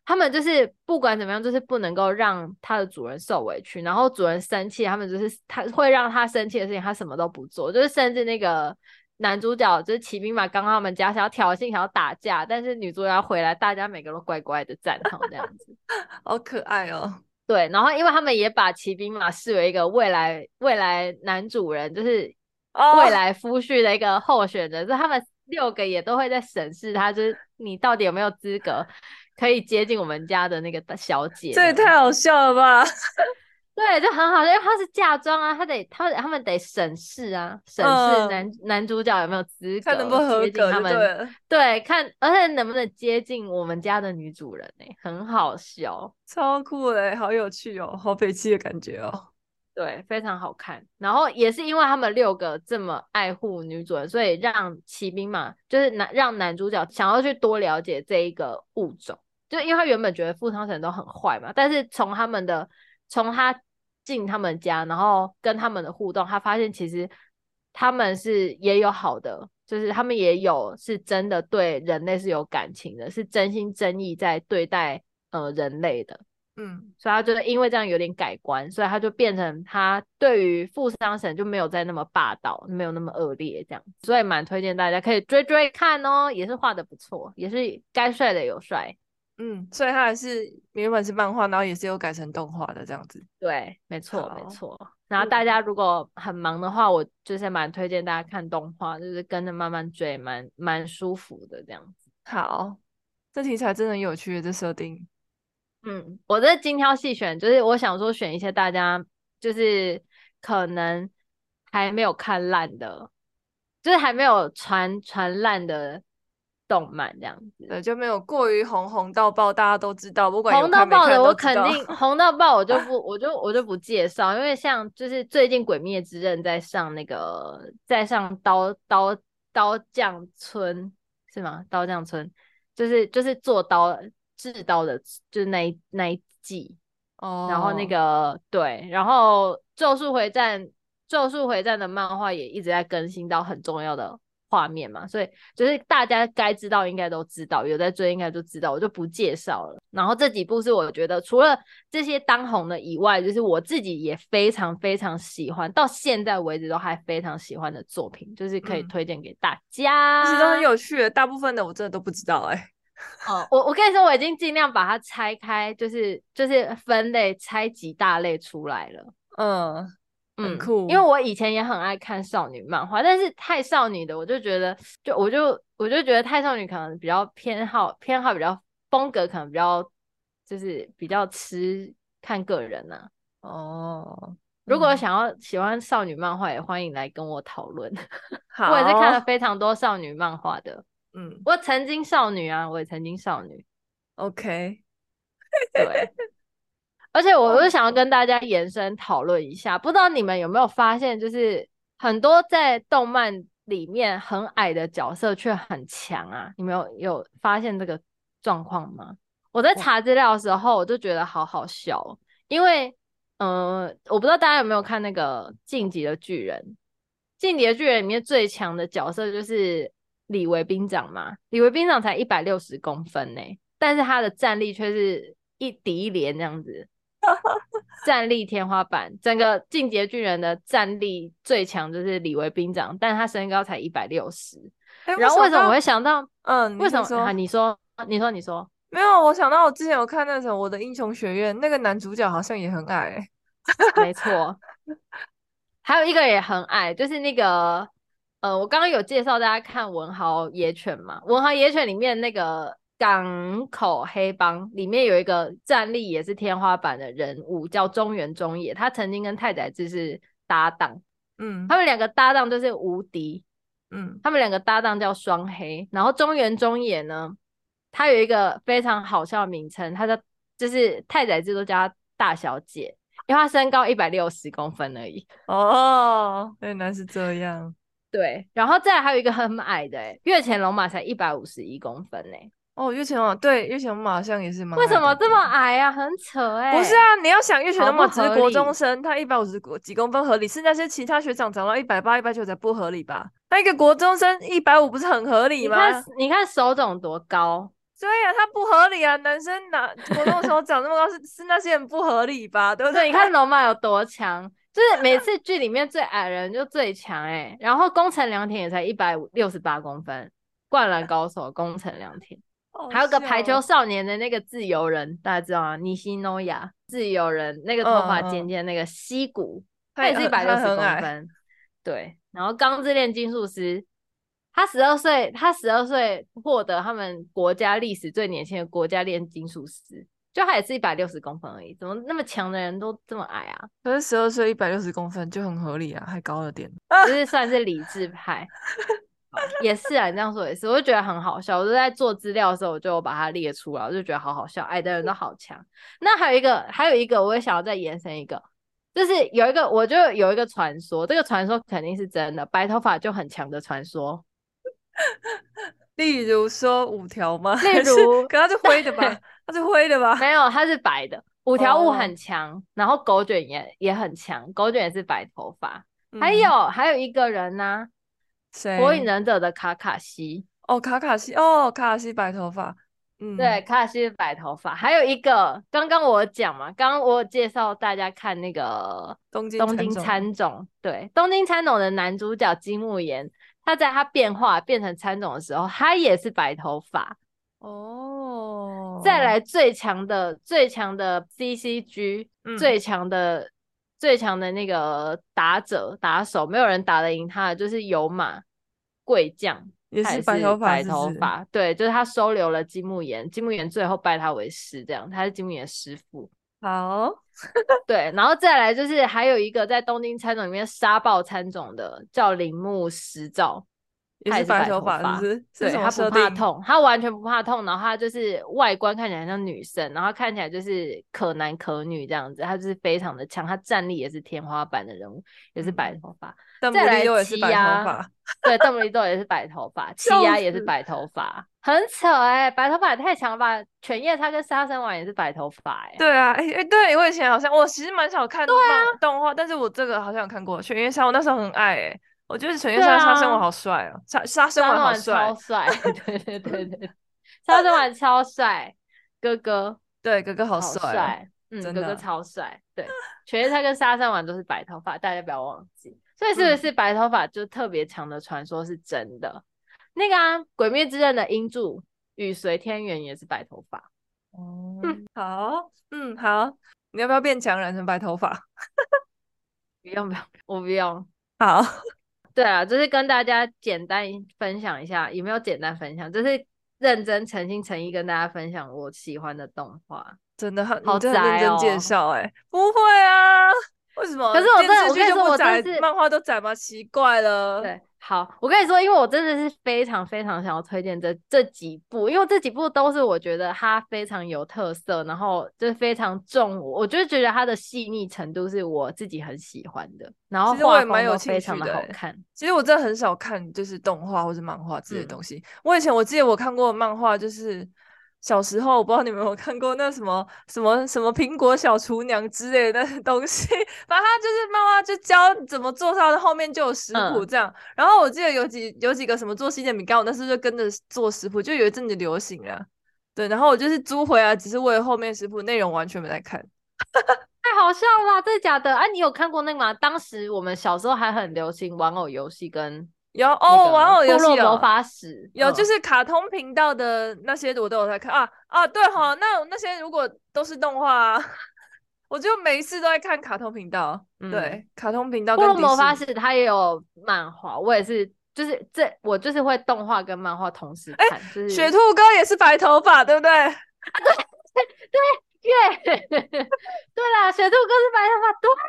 他们就是不管怎么样，就是不能够让他的主人受委屈，然后主人生气，他们就是他会让他生气的事情，他什么都不做，就是甚至那个。男主角就是骑兵马刚到他们家，想要挑衅，想要打架，但是女主角回来，大家每个都乖乖的站好这样子。
好可爱哦，
对，然后因为他们也把骑兵马视为一个未来未来男主人，就是
哦
未来夫婿的一个候选人，所以他们六个也都会在审视他，就是你到底有没有资格可以接近我们家的那个大小姐
这也
这样。
太好笑了吧！
对，就很好笑，因为他是嫁妆啊，他得他他们得审视啊，审视
嗯
男、男主角有没有资格
看能不能合
接近
格
他
就
们
对了。
对，看，而且能不能接近我们家的女主人呢、很好笑，
超酷嘞，好有趣哦，好北气的感觉哦。
对，非常好看。然后也是因为他们六个这么爱护女主人，所以让骑兵嘛，就是男让男主角想要去多了解这一个物种，就因为他原本觉得富商城都很坏嘛，但是从他们的从他进他们家，然后跟他们的互动，他发现其实他们是也有好的，就是他们也有是真的对人类是有感情的，是真心真意在对待呃人类的。
嗯，
所以他就是因为这样有点改观，所以他就变成他对于富商神就没有再那么霸道，没有那么恶劣这样，所以蛮推荐大家可以追追看哦，也是画的不错，也是该帅的有帅，
嗯，所以它还是原本是漫画，然后也是有改成动画的这样子。
对，没错没
好
错。然后
嗯
大家如果很忙的话，我就是蛮推荐大家看动画，就是跟着慢慢追，蛮蛮舒服的这样子。
好，这题材真的很有趣，欸这设定。
嗯，我这精挑细选，就是我想说选一些大家就是可能还没有看烂的，就是还没有传传烂的动漫这样子。
对，就没有过于红红到爆，大家都知道，不管有
红到
看没
爆
看
的
都
我
知
肯
道 (laughs)
定红到爆，我就不我就我就不介绍，因为像就是最近《鬼灭之刃》在上那个在上刀刀刀匠村是吗？刀匠村就是就是做刀制刀的，就是那一那一季。
哦。
然后那个对，然后《咒术回战》《咒术回战》的漫画也一直在更新到很重要的画面嘛，所以就是大家该知道应该都知道，有在追应该就知道，我就不介绍了。然后这几部是我觉得除了这些当红的以外，就是我自己也非常非常喜欢，到现在为止都还非常喜欢的作品，就是可以
嗯
推荐给大家。
其实都很有趣的，大部分的我真的都不知道哎、
哦，我我跟你说，我已经尽量把它拆开，就是就是分类拆几大类出来了。
嗯，很酷
因为我以前也很爱看少女漫画，但是太少女的，我就觉得，就我就我就觉得太少女可能比较偏好偏好比较风格，可能比较就是比较吃看个人呐、
哦，
如果
嗯
想要喜欢少女漫画，也欢迎来跟我讨论。 (laughs)
好，
我也是看了非常多少女漫画的，
嗯
我曾经少女啊，我也曾经少女。
，OK，
对，而且我
哦
我就想要跟大家延伸讨论一下，不知道你们有没有发现，就是很多在动漫里面很矮的角色却很强啊，你们有有发现这个状况吗？我在
我
查资料的时候，我就觉得好好笑哦，因为嗯、呃我不知道大家有没有看那个《进击的巨人》，《进击的巨人》里面最强的角色就是李维兵长嘛，李维兵长才一百六十公分呢、但是他的战力却是一敌一连这样子，战力天花板。整个进阶巨人的战力最强就是李维兵长，但他身高才一百六十。
哎
然后为什么我会
会？
想到？
嗯，你
为什
先
么
说
啊？你说，你说，你说，
没有，我想到我之前有看那种《我的英雄学院》，那个男主角好像也很矮欸、
没错。还有一个也很矮，就是那个呃，我刚刚有介绍大家看《文豪野犬》嘛，《文豪野犬》里面那个港口黑帮里面有一个战力也是天花板的人物，叫中原中野，他曾经跟太宰治是搭档，
嗯
他们两个搭档就是无敌，
嗯，
他们两个搭档叫双黑，然后中原中野呢，他有一个非常好笑的名称，他叫就是太宰治都叫他大小姐，因为他身高一百六十公分而已。
哦，原来是这样。
对，然后再来还有一个很矮的、欸，月前龙马才一百五十一公分呢、
哦，月前马对月前马好像也是蛮
为什
矮
么
的
这么矮啊？很扯哎、
不是啊，你要想，因为
好
选
不
马只是
合
国中
理
生，他一百五十几公分合理，是那些其他学长长到一百八、一百九才不合理吧？那一个国中生一百五不是很合理
你
吗？
看，你看手肿多高，
对呀、啊，他不合理啊！男生哪国中的时候长那么高，是是那些人不合理吧？对
(laughs)
不
对，
对？
你看龙马有多强，就是每次剧里面最矮的人就最强哎、然后宫城良田也才一百六十八公分，灌篮高手宫城良田，还有个排球
好笑哦
少年的那个自由人，大家知道吗？尼西诺亚自由人，那个头发
嗯嗯
尖尖，那个溪谷，
他
他也是一
很
百六
他
十
很
公
矮
分，对。然后《钢之炼金术师》，他十二岁，他十二岁获得他们国家历史最年轻的国家炼金术师，就他也是一百六十公分而已，怎么那么强的人都这么矮啊？
可是十二岁一百六十公分就很合理啊，还高了点。
就是算是理智派。好也是啊，你这样说也是，我就觉得很好笑。我就在做资料的时候，我就把它列出来，我就觉得好好笑。矮的人都好强。那还有一个，还有一个，我也想要再延伸一个，就是有一个，我就有一个传说，这个传说肯定是真的，白头发就很强的传说。
例如说五条吗？
例
还是
如
可他是灰的吧
(laughs) 对？
他是灰的吧？
没有，它是白的。五条悟
哦
很强然后狗卷也也很强，狗卷也是白头发。
嗯
还有还有一个人呢、
谁？
火影忍者的卡卡西。
哦，卡卡西哦，卡卡西白头发，嗯，
对，，卡卡西是白头发，还有一个，刚刚我有讲嘛，刚刚我有介绍大家看那个
东京
《东京
种
喰种》，对，《东京喰种》的男主角金木研，他在他变化变成喰种的时候，他也是白头发。
哦，
再来最强的最强的 CCG，、
嗯
最强的最强的那个打者打手，没有人打得赢他的就是有马贵将，
也
他
是
也
白
是
头发，
白
是不
头
是，
发，对，就是他收留了金木研，金木研最后拜他为师，这样他是金木研的师傅。
好，
对，然后再来就是还有一个在东京餐种里面杀爆餐种的叫铃木石照，
也
他
是
也是
白
白
头
头
发，
发
是不是？是
对
什
他
么设
不怕
定？
痛，他完全不怕痛，然后他就是外观看起来像女生，然后看起来就是可男可女这样子，他就是非常的强，他战力也是天花板的人物，也是白
嗯
头发。
但
再
牡
来
蛎肉也是
鸡
白头
呀
发，
对，邓布利多也是白头发，奇
笑
亚也是
死
白头发，很扯哎、白头发也太强了吧！犬夜叉跟杀生丸也是白头发哎、
对啊，哎、哎，对我以前好像我其实蛮少看动动画，但是我这个好像有看过《犬夜叉》，我那时候很爱哎、我觉得《犬夜
对
叉》杀生
啊
丸好帅哦，杀杀生
杀
丸
生
好
丸
帅
超，帅， (laughs) 对对对对，杀生丸超帅，哥哥
对，哥哥好
好
帅哦，
嗯，
真
哥哥
的
超帅，对，犬夜叉跟杀生丸都是白头发，大家不要忘记。所以是
嗯
不是白头发就特别强的传说是真的？那个啊，《鬼灭之刃》的英柱与随天元也是白头发。
哦，好，嗯，好，你要不要变强，染成白头发？
不用不用，我不用。
好，
对啊，就是跟大家简单分享一下，也没有简单分享，就是认真、诚心、诚意跟大家分享我喜欢的动画。
真的很，你
好
真的很认
宅
真介
哦
绍哎、不会啊，为什么？
可是我
电
真的
视
我
剧
跟你
就
说
不
我真的
宅
是
漫画都宅吗？奇怪了，
对，好，我跟你说，因为我真的是非常非常想要推荐这这几部，因为这几部都是我觉得它非常有特色，然后就是非常重我，我就觉得它的细腻程度是我自己很喜欢的，然后
其实我
画
也蛮
风
有
都
兴
非
趣
常
的
的好
欸
看。
其实我真的很少看就是动画或是漫画之类
嗯
的东西。我以前我记得我看过的漫画，就是小时候我不知道你们有没有看过那什么什么什么苹果小厨娘之类的那些东西，反正它就是漫画就教你怎么做，它的后面就有食谱
嗯
这样。然后我记得有几有几个什么做西点饼干，我那时候就跟着做食谱，就有一阵子流行了。对，然后我就是租回来，只是为了后面食谱内容完全没在看。
太好笑了吧，真的假的？啊，你有看过那个吗？当时我们小时候还很流行玩偶游戏跟
有
那
哦，
个
玩偶游
部落
戏有
魔法使，
有，就
嗯
是卡通频道的那些我都有在看啊啊，对哈，那那些如果都是动画、 (laughs) 啊，我就每一次都在看卡通频道，
嗯
对，卡通频道
部
跟
落
迪
魔法
士尼
使它也有漫画，我也是，就是这我就是会动画跟漫画同时看，就是
哎雪兔哥也是白头发，对不对？
月， (laughs) 对啦，雪兔哥是白头发，对，啊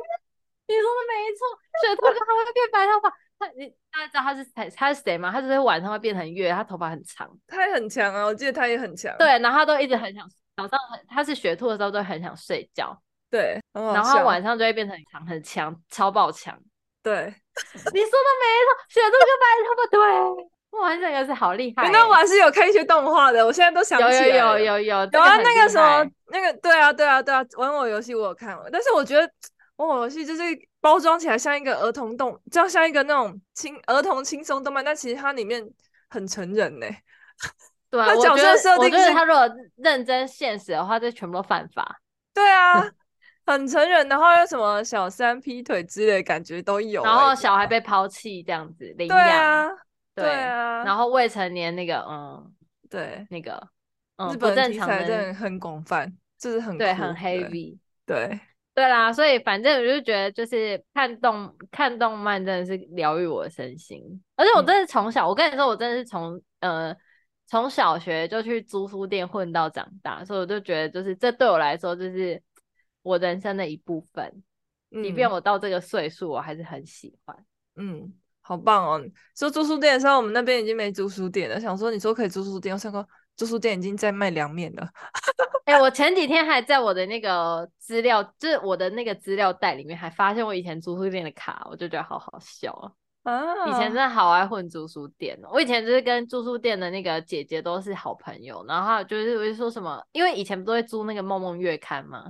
你说的没错，雪兔哥还会变白头发，他你大家知道他是谁他是谁吗？他就是晚上会变成月，他头发很长，
他也很强啊，我记得他也很强，
对，然后他都一直很想早上很他是雪兔的时候都很想睡觉。
对，很好
然后
笑
晚上就会变成很强很强，超爆强。
对，
(laughs) 你说的没错，雪兔跟白头发对，哇，你整个是好厉害欸、
原来我还是有看一些动画的，我现在都想
有
起
有
来
有
了
有有
有啊，那个
时
什么
候，
那个对啊，对啊，对啊，玩偶游戏我有看过，但是我觉得玩偶游戏就是包装起来像一个儿童动，就像一个那种轻儿童轻松动漫，但其实它里面很成人呢、
对啊，
那
我
角
觉
色
得
设
我
定
觉得
是
他如果认真现实的话，这全部都犯法。(laughs)
对啊，很成人，然后又什么小三劈腿之类的感觉都有、
然后
欸。
小孩被抛弃这样子，领
对
养，
啊，
对
对啊
然后未成年那个，嗯，
对，
那个嗯
日
不
本的
正
题
常
材真
的
的很广泛，就是很
对
酷
很
对
heavy。
对，
对啦，所以反正我就觉得，就是看动看动漫真的是疗愈我的身心，而且我
嗯
真的从小，我跟你说，我真的是从呃从小学就去租书店混到长大，所以我就觉得，就是这对我来说，就是我人生的一部分。即便
嗯
我到这个岁数，我还是很喜欢。
嗯，好棒哦！说租书店的时候，我们那边已经没租书店了。想说你说可以租书店，我想说租书店已经在卖凉面了。
哎、我前几天还在我的那个资料，就是我的那个资料袋里面，还发现我以前租书店的卡，我就觉得好好笑哦。
啊，
以前真的好爱混住宿店哦，我以前就是跟住宿店的那个姐姐都是好朋友，然后她就是我就说什么，因为以前不都会租那个《梦梦月刊》嘛，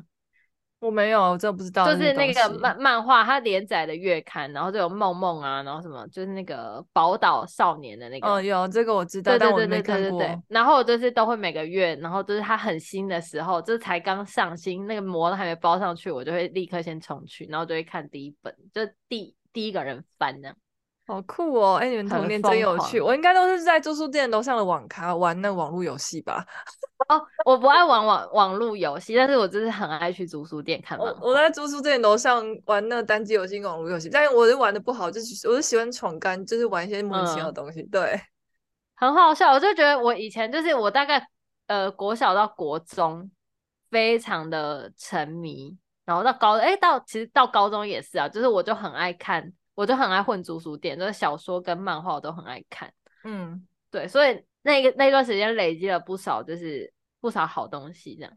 我没有，我真的不知道
就
哦东西。
是那个漫漫画它连载的月刊，然后就有梦梦啊，然后什么就是那个宝岛少年的那个，
哦，有这个我知道，
对
但
对
我
对
没
对
看
对对
过。
对，然后我就是都会每个月，然后就是它很新的时候，就是才刚上新，那个膜都还没包上去，我就会立刻先冲去，然后就会看第一本，就第第一个人翻的。
好酷哦！哎、你们童
很
年真
疯
有趣。
狂
我应该都是在住宿店楼上的网咖玩那个网络游戏吧。
哦，我不爱玩网网络游戏，但是我就是很爱去租书店看漫
我
画。
我在住宿店楼上玩那个单机游戏、网络游戏，但是我是玩的不好，就是我是喜欢闯关，就是玩一些莫名其妙的
嗯
东西。对，
很好笑，我就觉得我以前就是我大概呃国小到国中非常的沉迷，然后到高哎、到其实到高中也是啊，就是我就很爱看，我就很爱混租书店，就是小说跟漫画我都很爱看，
嗯，
对，所以那个那段时间累积了不少就是不少好东西这样。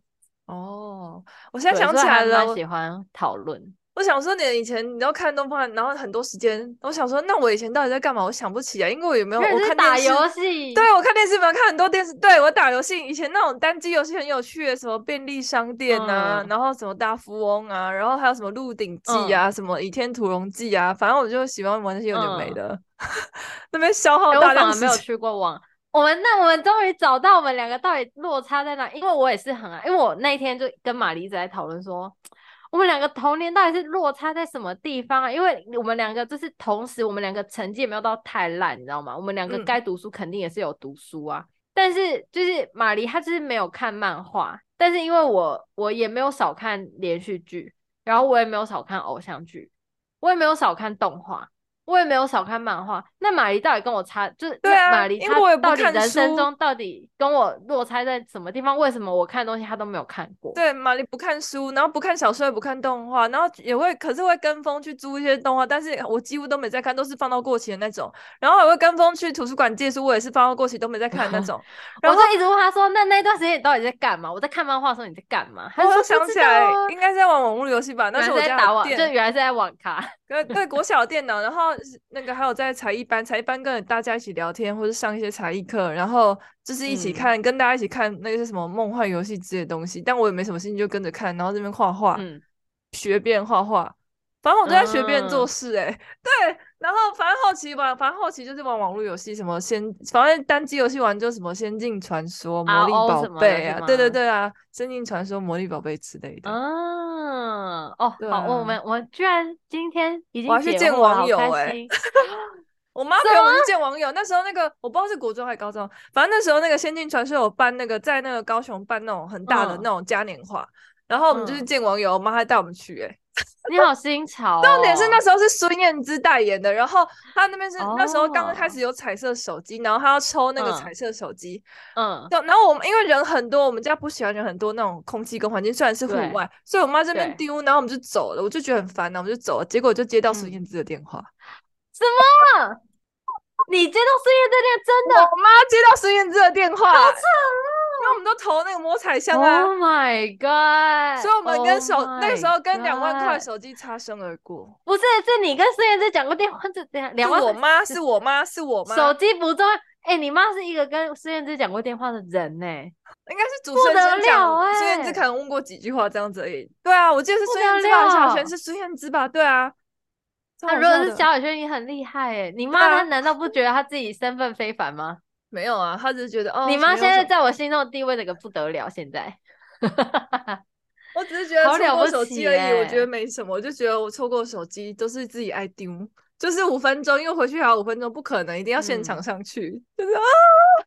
哦，我现
对
在想
所以
起
还
来了，
蛮
我
喜欢讨论。
我想说，你以前你要看动漫，然后很多时间，我想说，那我以前到底在干嘛？我想不起来，因为我有没有
因为
我
你是
看
打
电视
游戏，
对，我看电视没有看很多电视，对我打游戏，以前那种单机游戏很有趣的，什么便利商店啊，
嗯
然后什么大富翁啊，然后还有什么鹿鼎记
嗯
啊，什么倚天屠龙记啊，反正我就喜欢玩那些有的没
嗯
的， (laughs) 那边消耗
哎，
大
我反
量
而
时
没有
间。
去过网。我们那我们终于找到我们两个到底落差在哪？因为我也是很爱，因为我那一天就跟玛丽一直在讨论说，我们两个童年到底是落差在什么地方啊？因为我们两个就是同时，我们两个成绩也没有到太烂，你知道吗？我们两个
嗯
该读书肯定也是有读书啊，但是就是玛丽她就是没有看漫画，但是因为我我也没有少看连续剧，然后我也没有少看偶像剧，我也没有少看动画。我也没有少看漫画。那玛丽到底跟我差，就是
对
那
啊
玛丽
因
她
为我也不
到底
看
人生
书
中到底跟我落差在什么地方？为什么我看的东西她都没有看过？
对，玛丽不看书，然后不看小说，也不看动画，然后也会，可是会跟风去租一些动画，但是我几乎都没在看，都是放到过期的那种。然后还会跟风去图书馆借书，我也是放到过期都没在看
(laughs)
的那种。然
我
后
就一直问她说：“那那段时间你到底在干嘛？我在看漫画的时候你在干嘛？”她就
我
说：“
又
不
想
知
起
道
来
啊，
应该是在玩网络游戏吧？那
原
时
来是
候我
在
家
打
有
网，就
电，
原来是在网咖。
(laughs) 对对，国小的电脑，然后是那个还有在才艺班，才艺班跟大家一起聊天，或者上一些才艺课，然后就是一起
嗯
看，跟大家一起看那个是什么梦幻游戏之类的东西，但我也没什么兴趣，就跟着看，然后这边画”画，
嗯，
学别人画画，反正我都在学别人做
嗯
事、欸，哎、 (laughs) 对，然后反正后期玩，反正后期就是玩网络游戏，什么仙，反正单机游戏玩就什么《仙境传说》《魔力
RO
宝
哦什么的
贝》
是
啊，对对
吗
对啊，《仙境传说》《魔力宝贝》之类的。
啊，嗯哦，
对
好，我
啊
们我居然今天已
我
经
还去
解
见
惑了
网
好
友
开
欸
心 (gasps)
我妈陪我去见网友，那时候那个我不知道是国中还是高中，反正那时候那个《仙境传说》有办那个在那个高雄办那种很大的
嗯
那种嘉年华，然后我们就去
嗯
见网友，我妈还带我们去、欸，
你好新潮哦。
重点是那时候是孙燕姿代言的，然后她那边是、那时候刚刚开
哦
始有彩色手机，然后她要抽那个
嗯
彩色手机，
嗯
对，然后我们因为人很多，我们家不喜欢人很多那种空气跟环境，虽然是户
对
外，所以我妈这边
对
丢，然后我们就走了，我就觉得很烦，然后我们就走了，结果就接到孙
嗯
燕姿的电话，
你接到四月这天真的
我妈接到孙燕姿的电话，好因为我们都投那个摸彩箱啊。
Oh my god！
所以我们跟
Oh
手、那个时候跟
my
两万块
god
手机擦身而过，
不是，是你跟孙燕姿讲过电话，这两两
是
万
我
块
妈，是我妈，是我妈，
手机不重要。哎、你妈是一个跟孙燕姿讲过电话的人呢、
应该是主
不
持人
得
先讲，
了
孙燕姿可
欸
能问过几句话这样子而已。对啊，我记得是
不
孙
得
燕姿吧，还是小轩
了
是孙燕姿吧？对啊，超
那
好
如果
笑
是
的
萧亚轩，你很厉害哎、你妈
啊
她难道不觉得她自己身份非凡吗？
没有啊，他只是觉得哦，
你
什
妈
么
现在
有什么
在我心中的地位那个不得了，现
(laughs)
在。
我只是觉得
好
错
了
过
不
手机
起
而已，我觉得
欸
没什么，我就觉得我错过手机都是自己爱丢，就是五分钟，因为回去还有五分钟，不可能一定要现场
嗯
上去，就是啊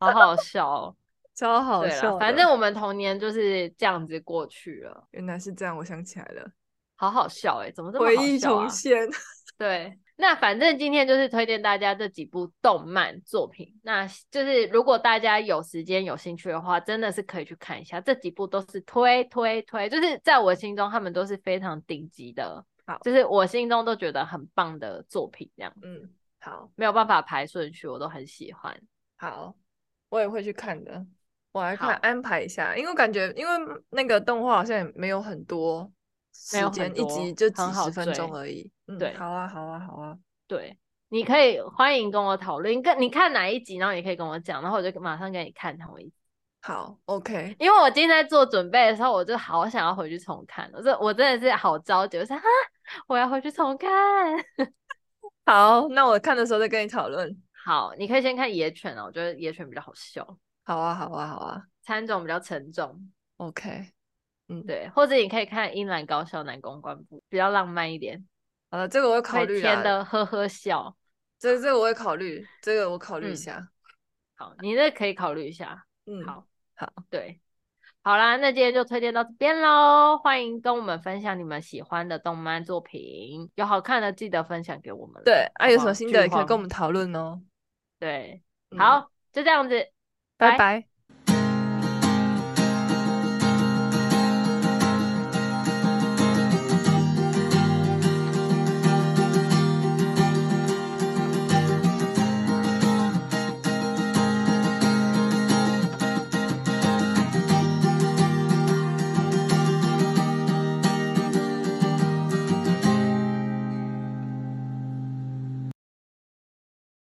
好好笑哦！
超好
对了，
笑的。
反正我们童年就是这样子过去了，
原来是这样，我想起来了，
好好笑哎、怎么这么
回
好
忆
笑啊
重现。 (laughs)
对，那反正今天就是推荐大家这几部动漫作品。那就是如果大家有时间有兴趣的话，真的是可以去看一下。这几部都是推推推，就是在我心中他们都是非常顶级的
好，
就是我心中都觉得很棒的作品，这样
嗯，好
没有办法排顺序，我都很喜欢。
好，我也会去看的。我来看
好
安排一下，因为我感觉，因为那个动画好像也没有很多时
没有
间
很，
一
多
集就
很
几
好
十分钟
追
而已。嗯，
对
好啊，好啊，好啊。
对，你可以欢迎跟我讨论，跟你看哪一集，然后也可以跟我讲，然后我就马上给你看同一集。
好，OK，
(laughs) 因为我今天在做准备的时候，我就好想要回去重看，我这我真的是好着急，我说啊，我要回去重看。
好，那我看的时候再跟你讨论。
好，你可以先看野犬哦，我觉得野犬比较好笑，
好啊，好啊，好啊
参种比较沉重，
，OK。嗯，，
对，或者你可以看樱兰高校男公关部，比较浪漫一点，
好了，这个我会考
会
虑
甜
啦，
的呵呵笑。
这个这个我会考虑，这个我考虑一
嗯
下。
好，你这可以考虑一下。
嗯，
好，
好，
对，好啦，那今天就推荐到这边喽，欢迎跟我们分享你们喜欢的动漫作品，有好看的记得分享给我们。
对，啊，
好
有
不
什么
好
心
剧
得也可以跟
荒
我们讨论哦。
对，
嗯，
好，就这样子，
拜
拜
拜。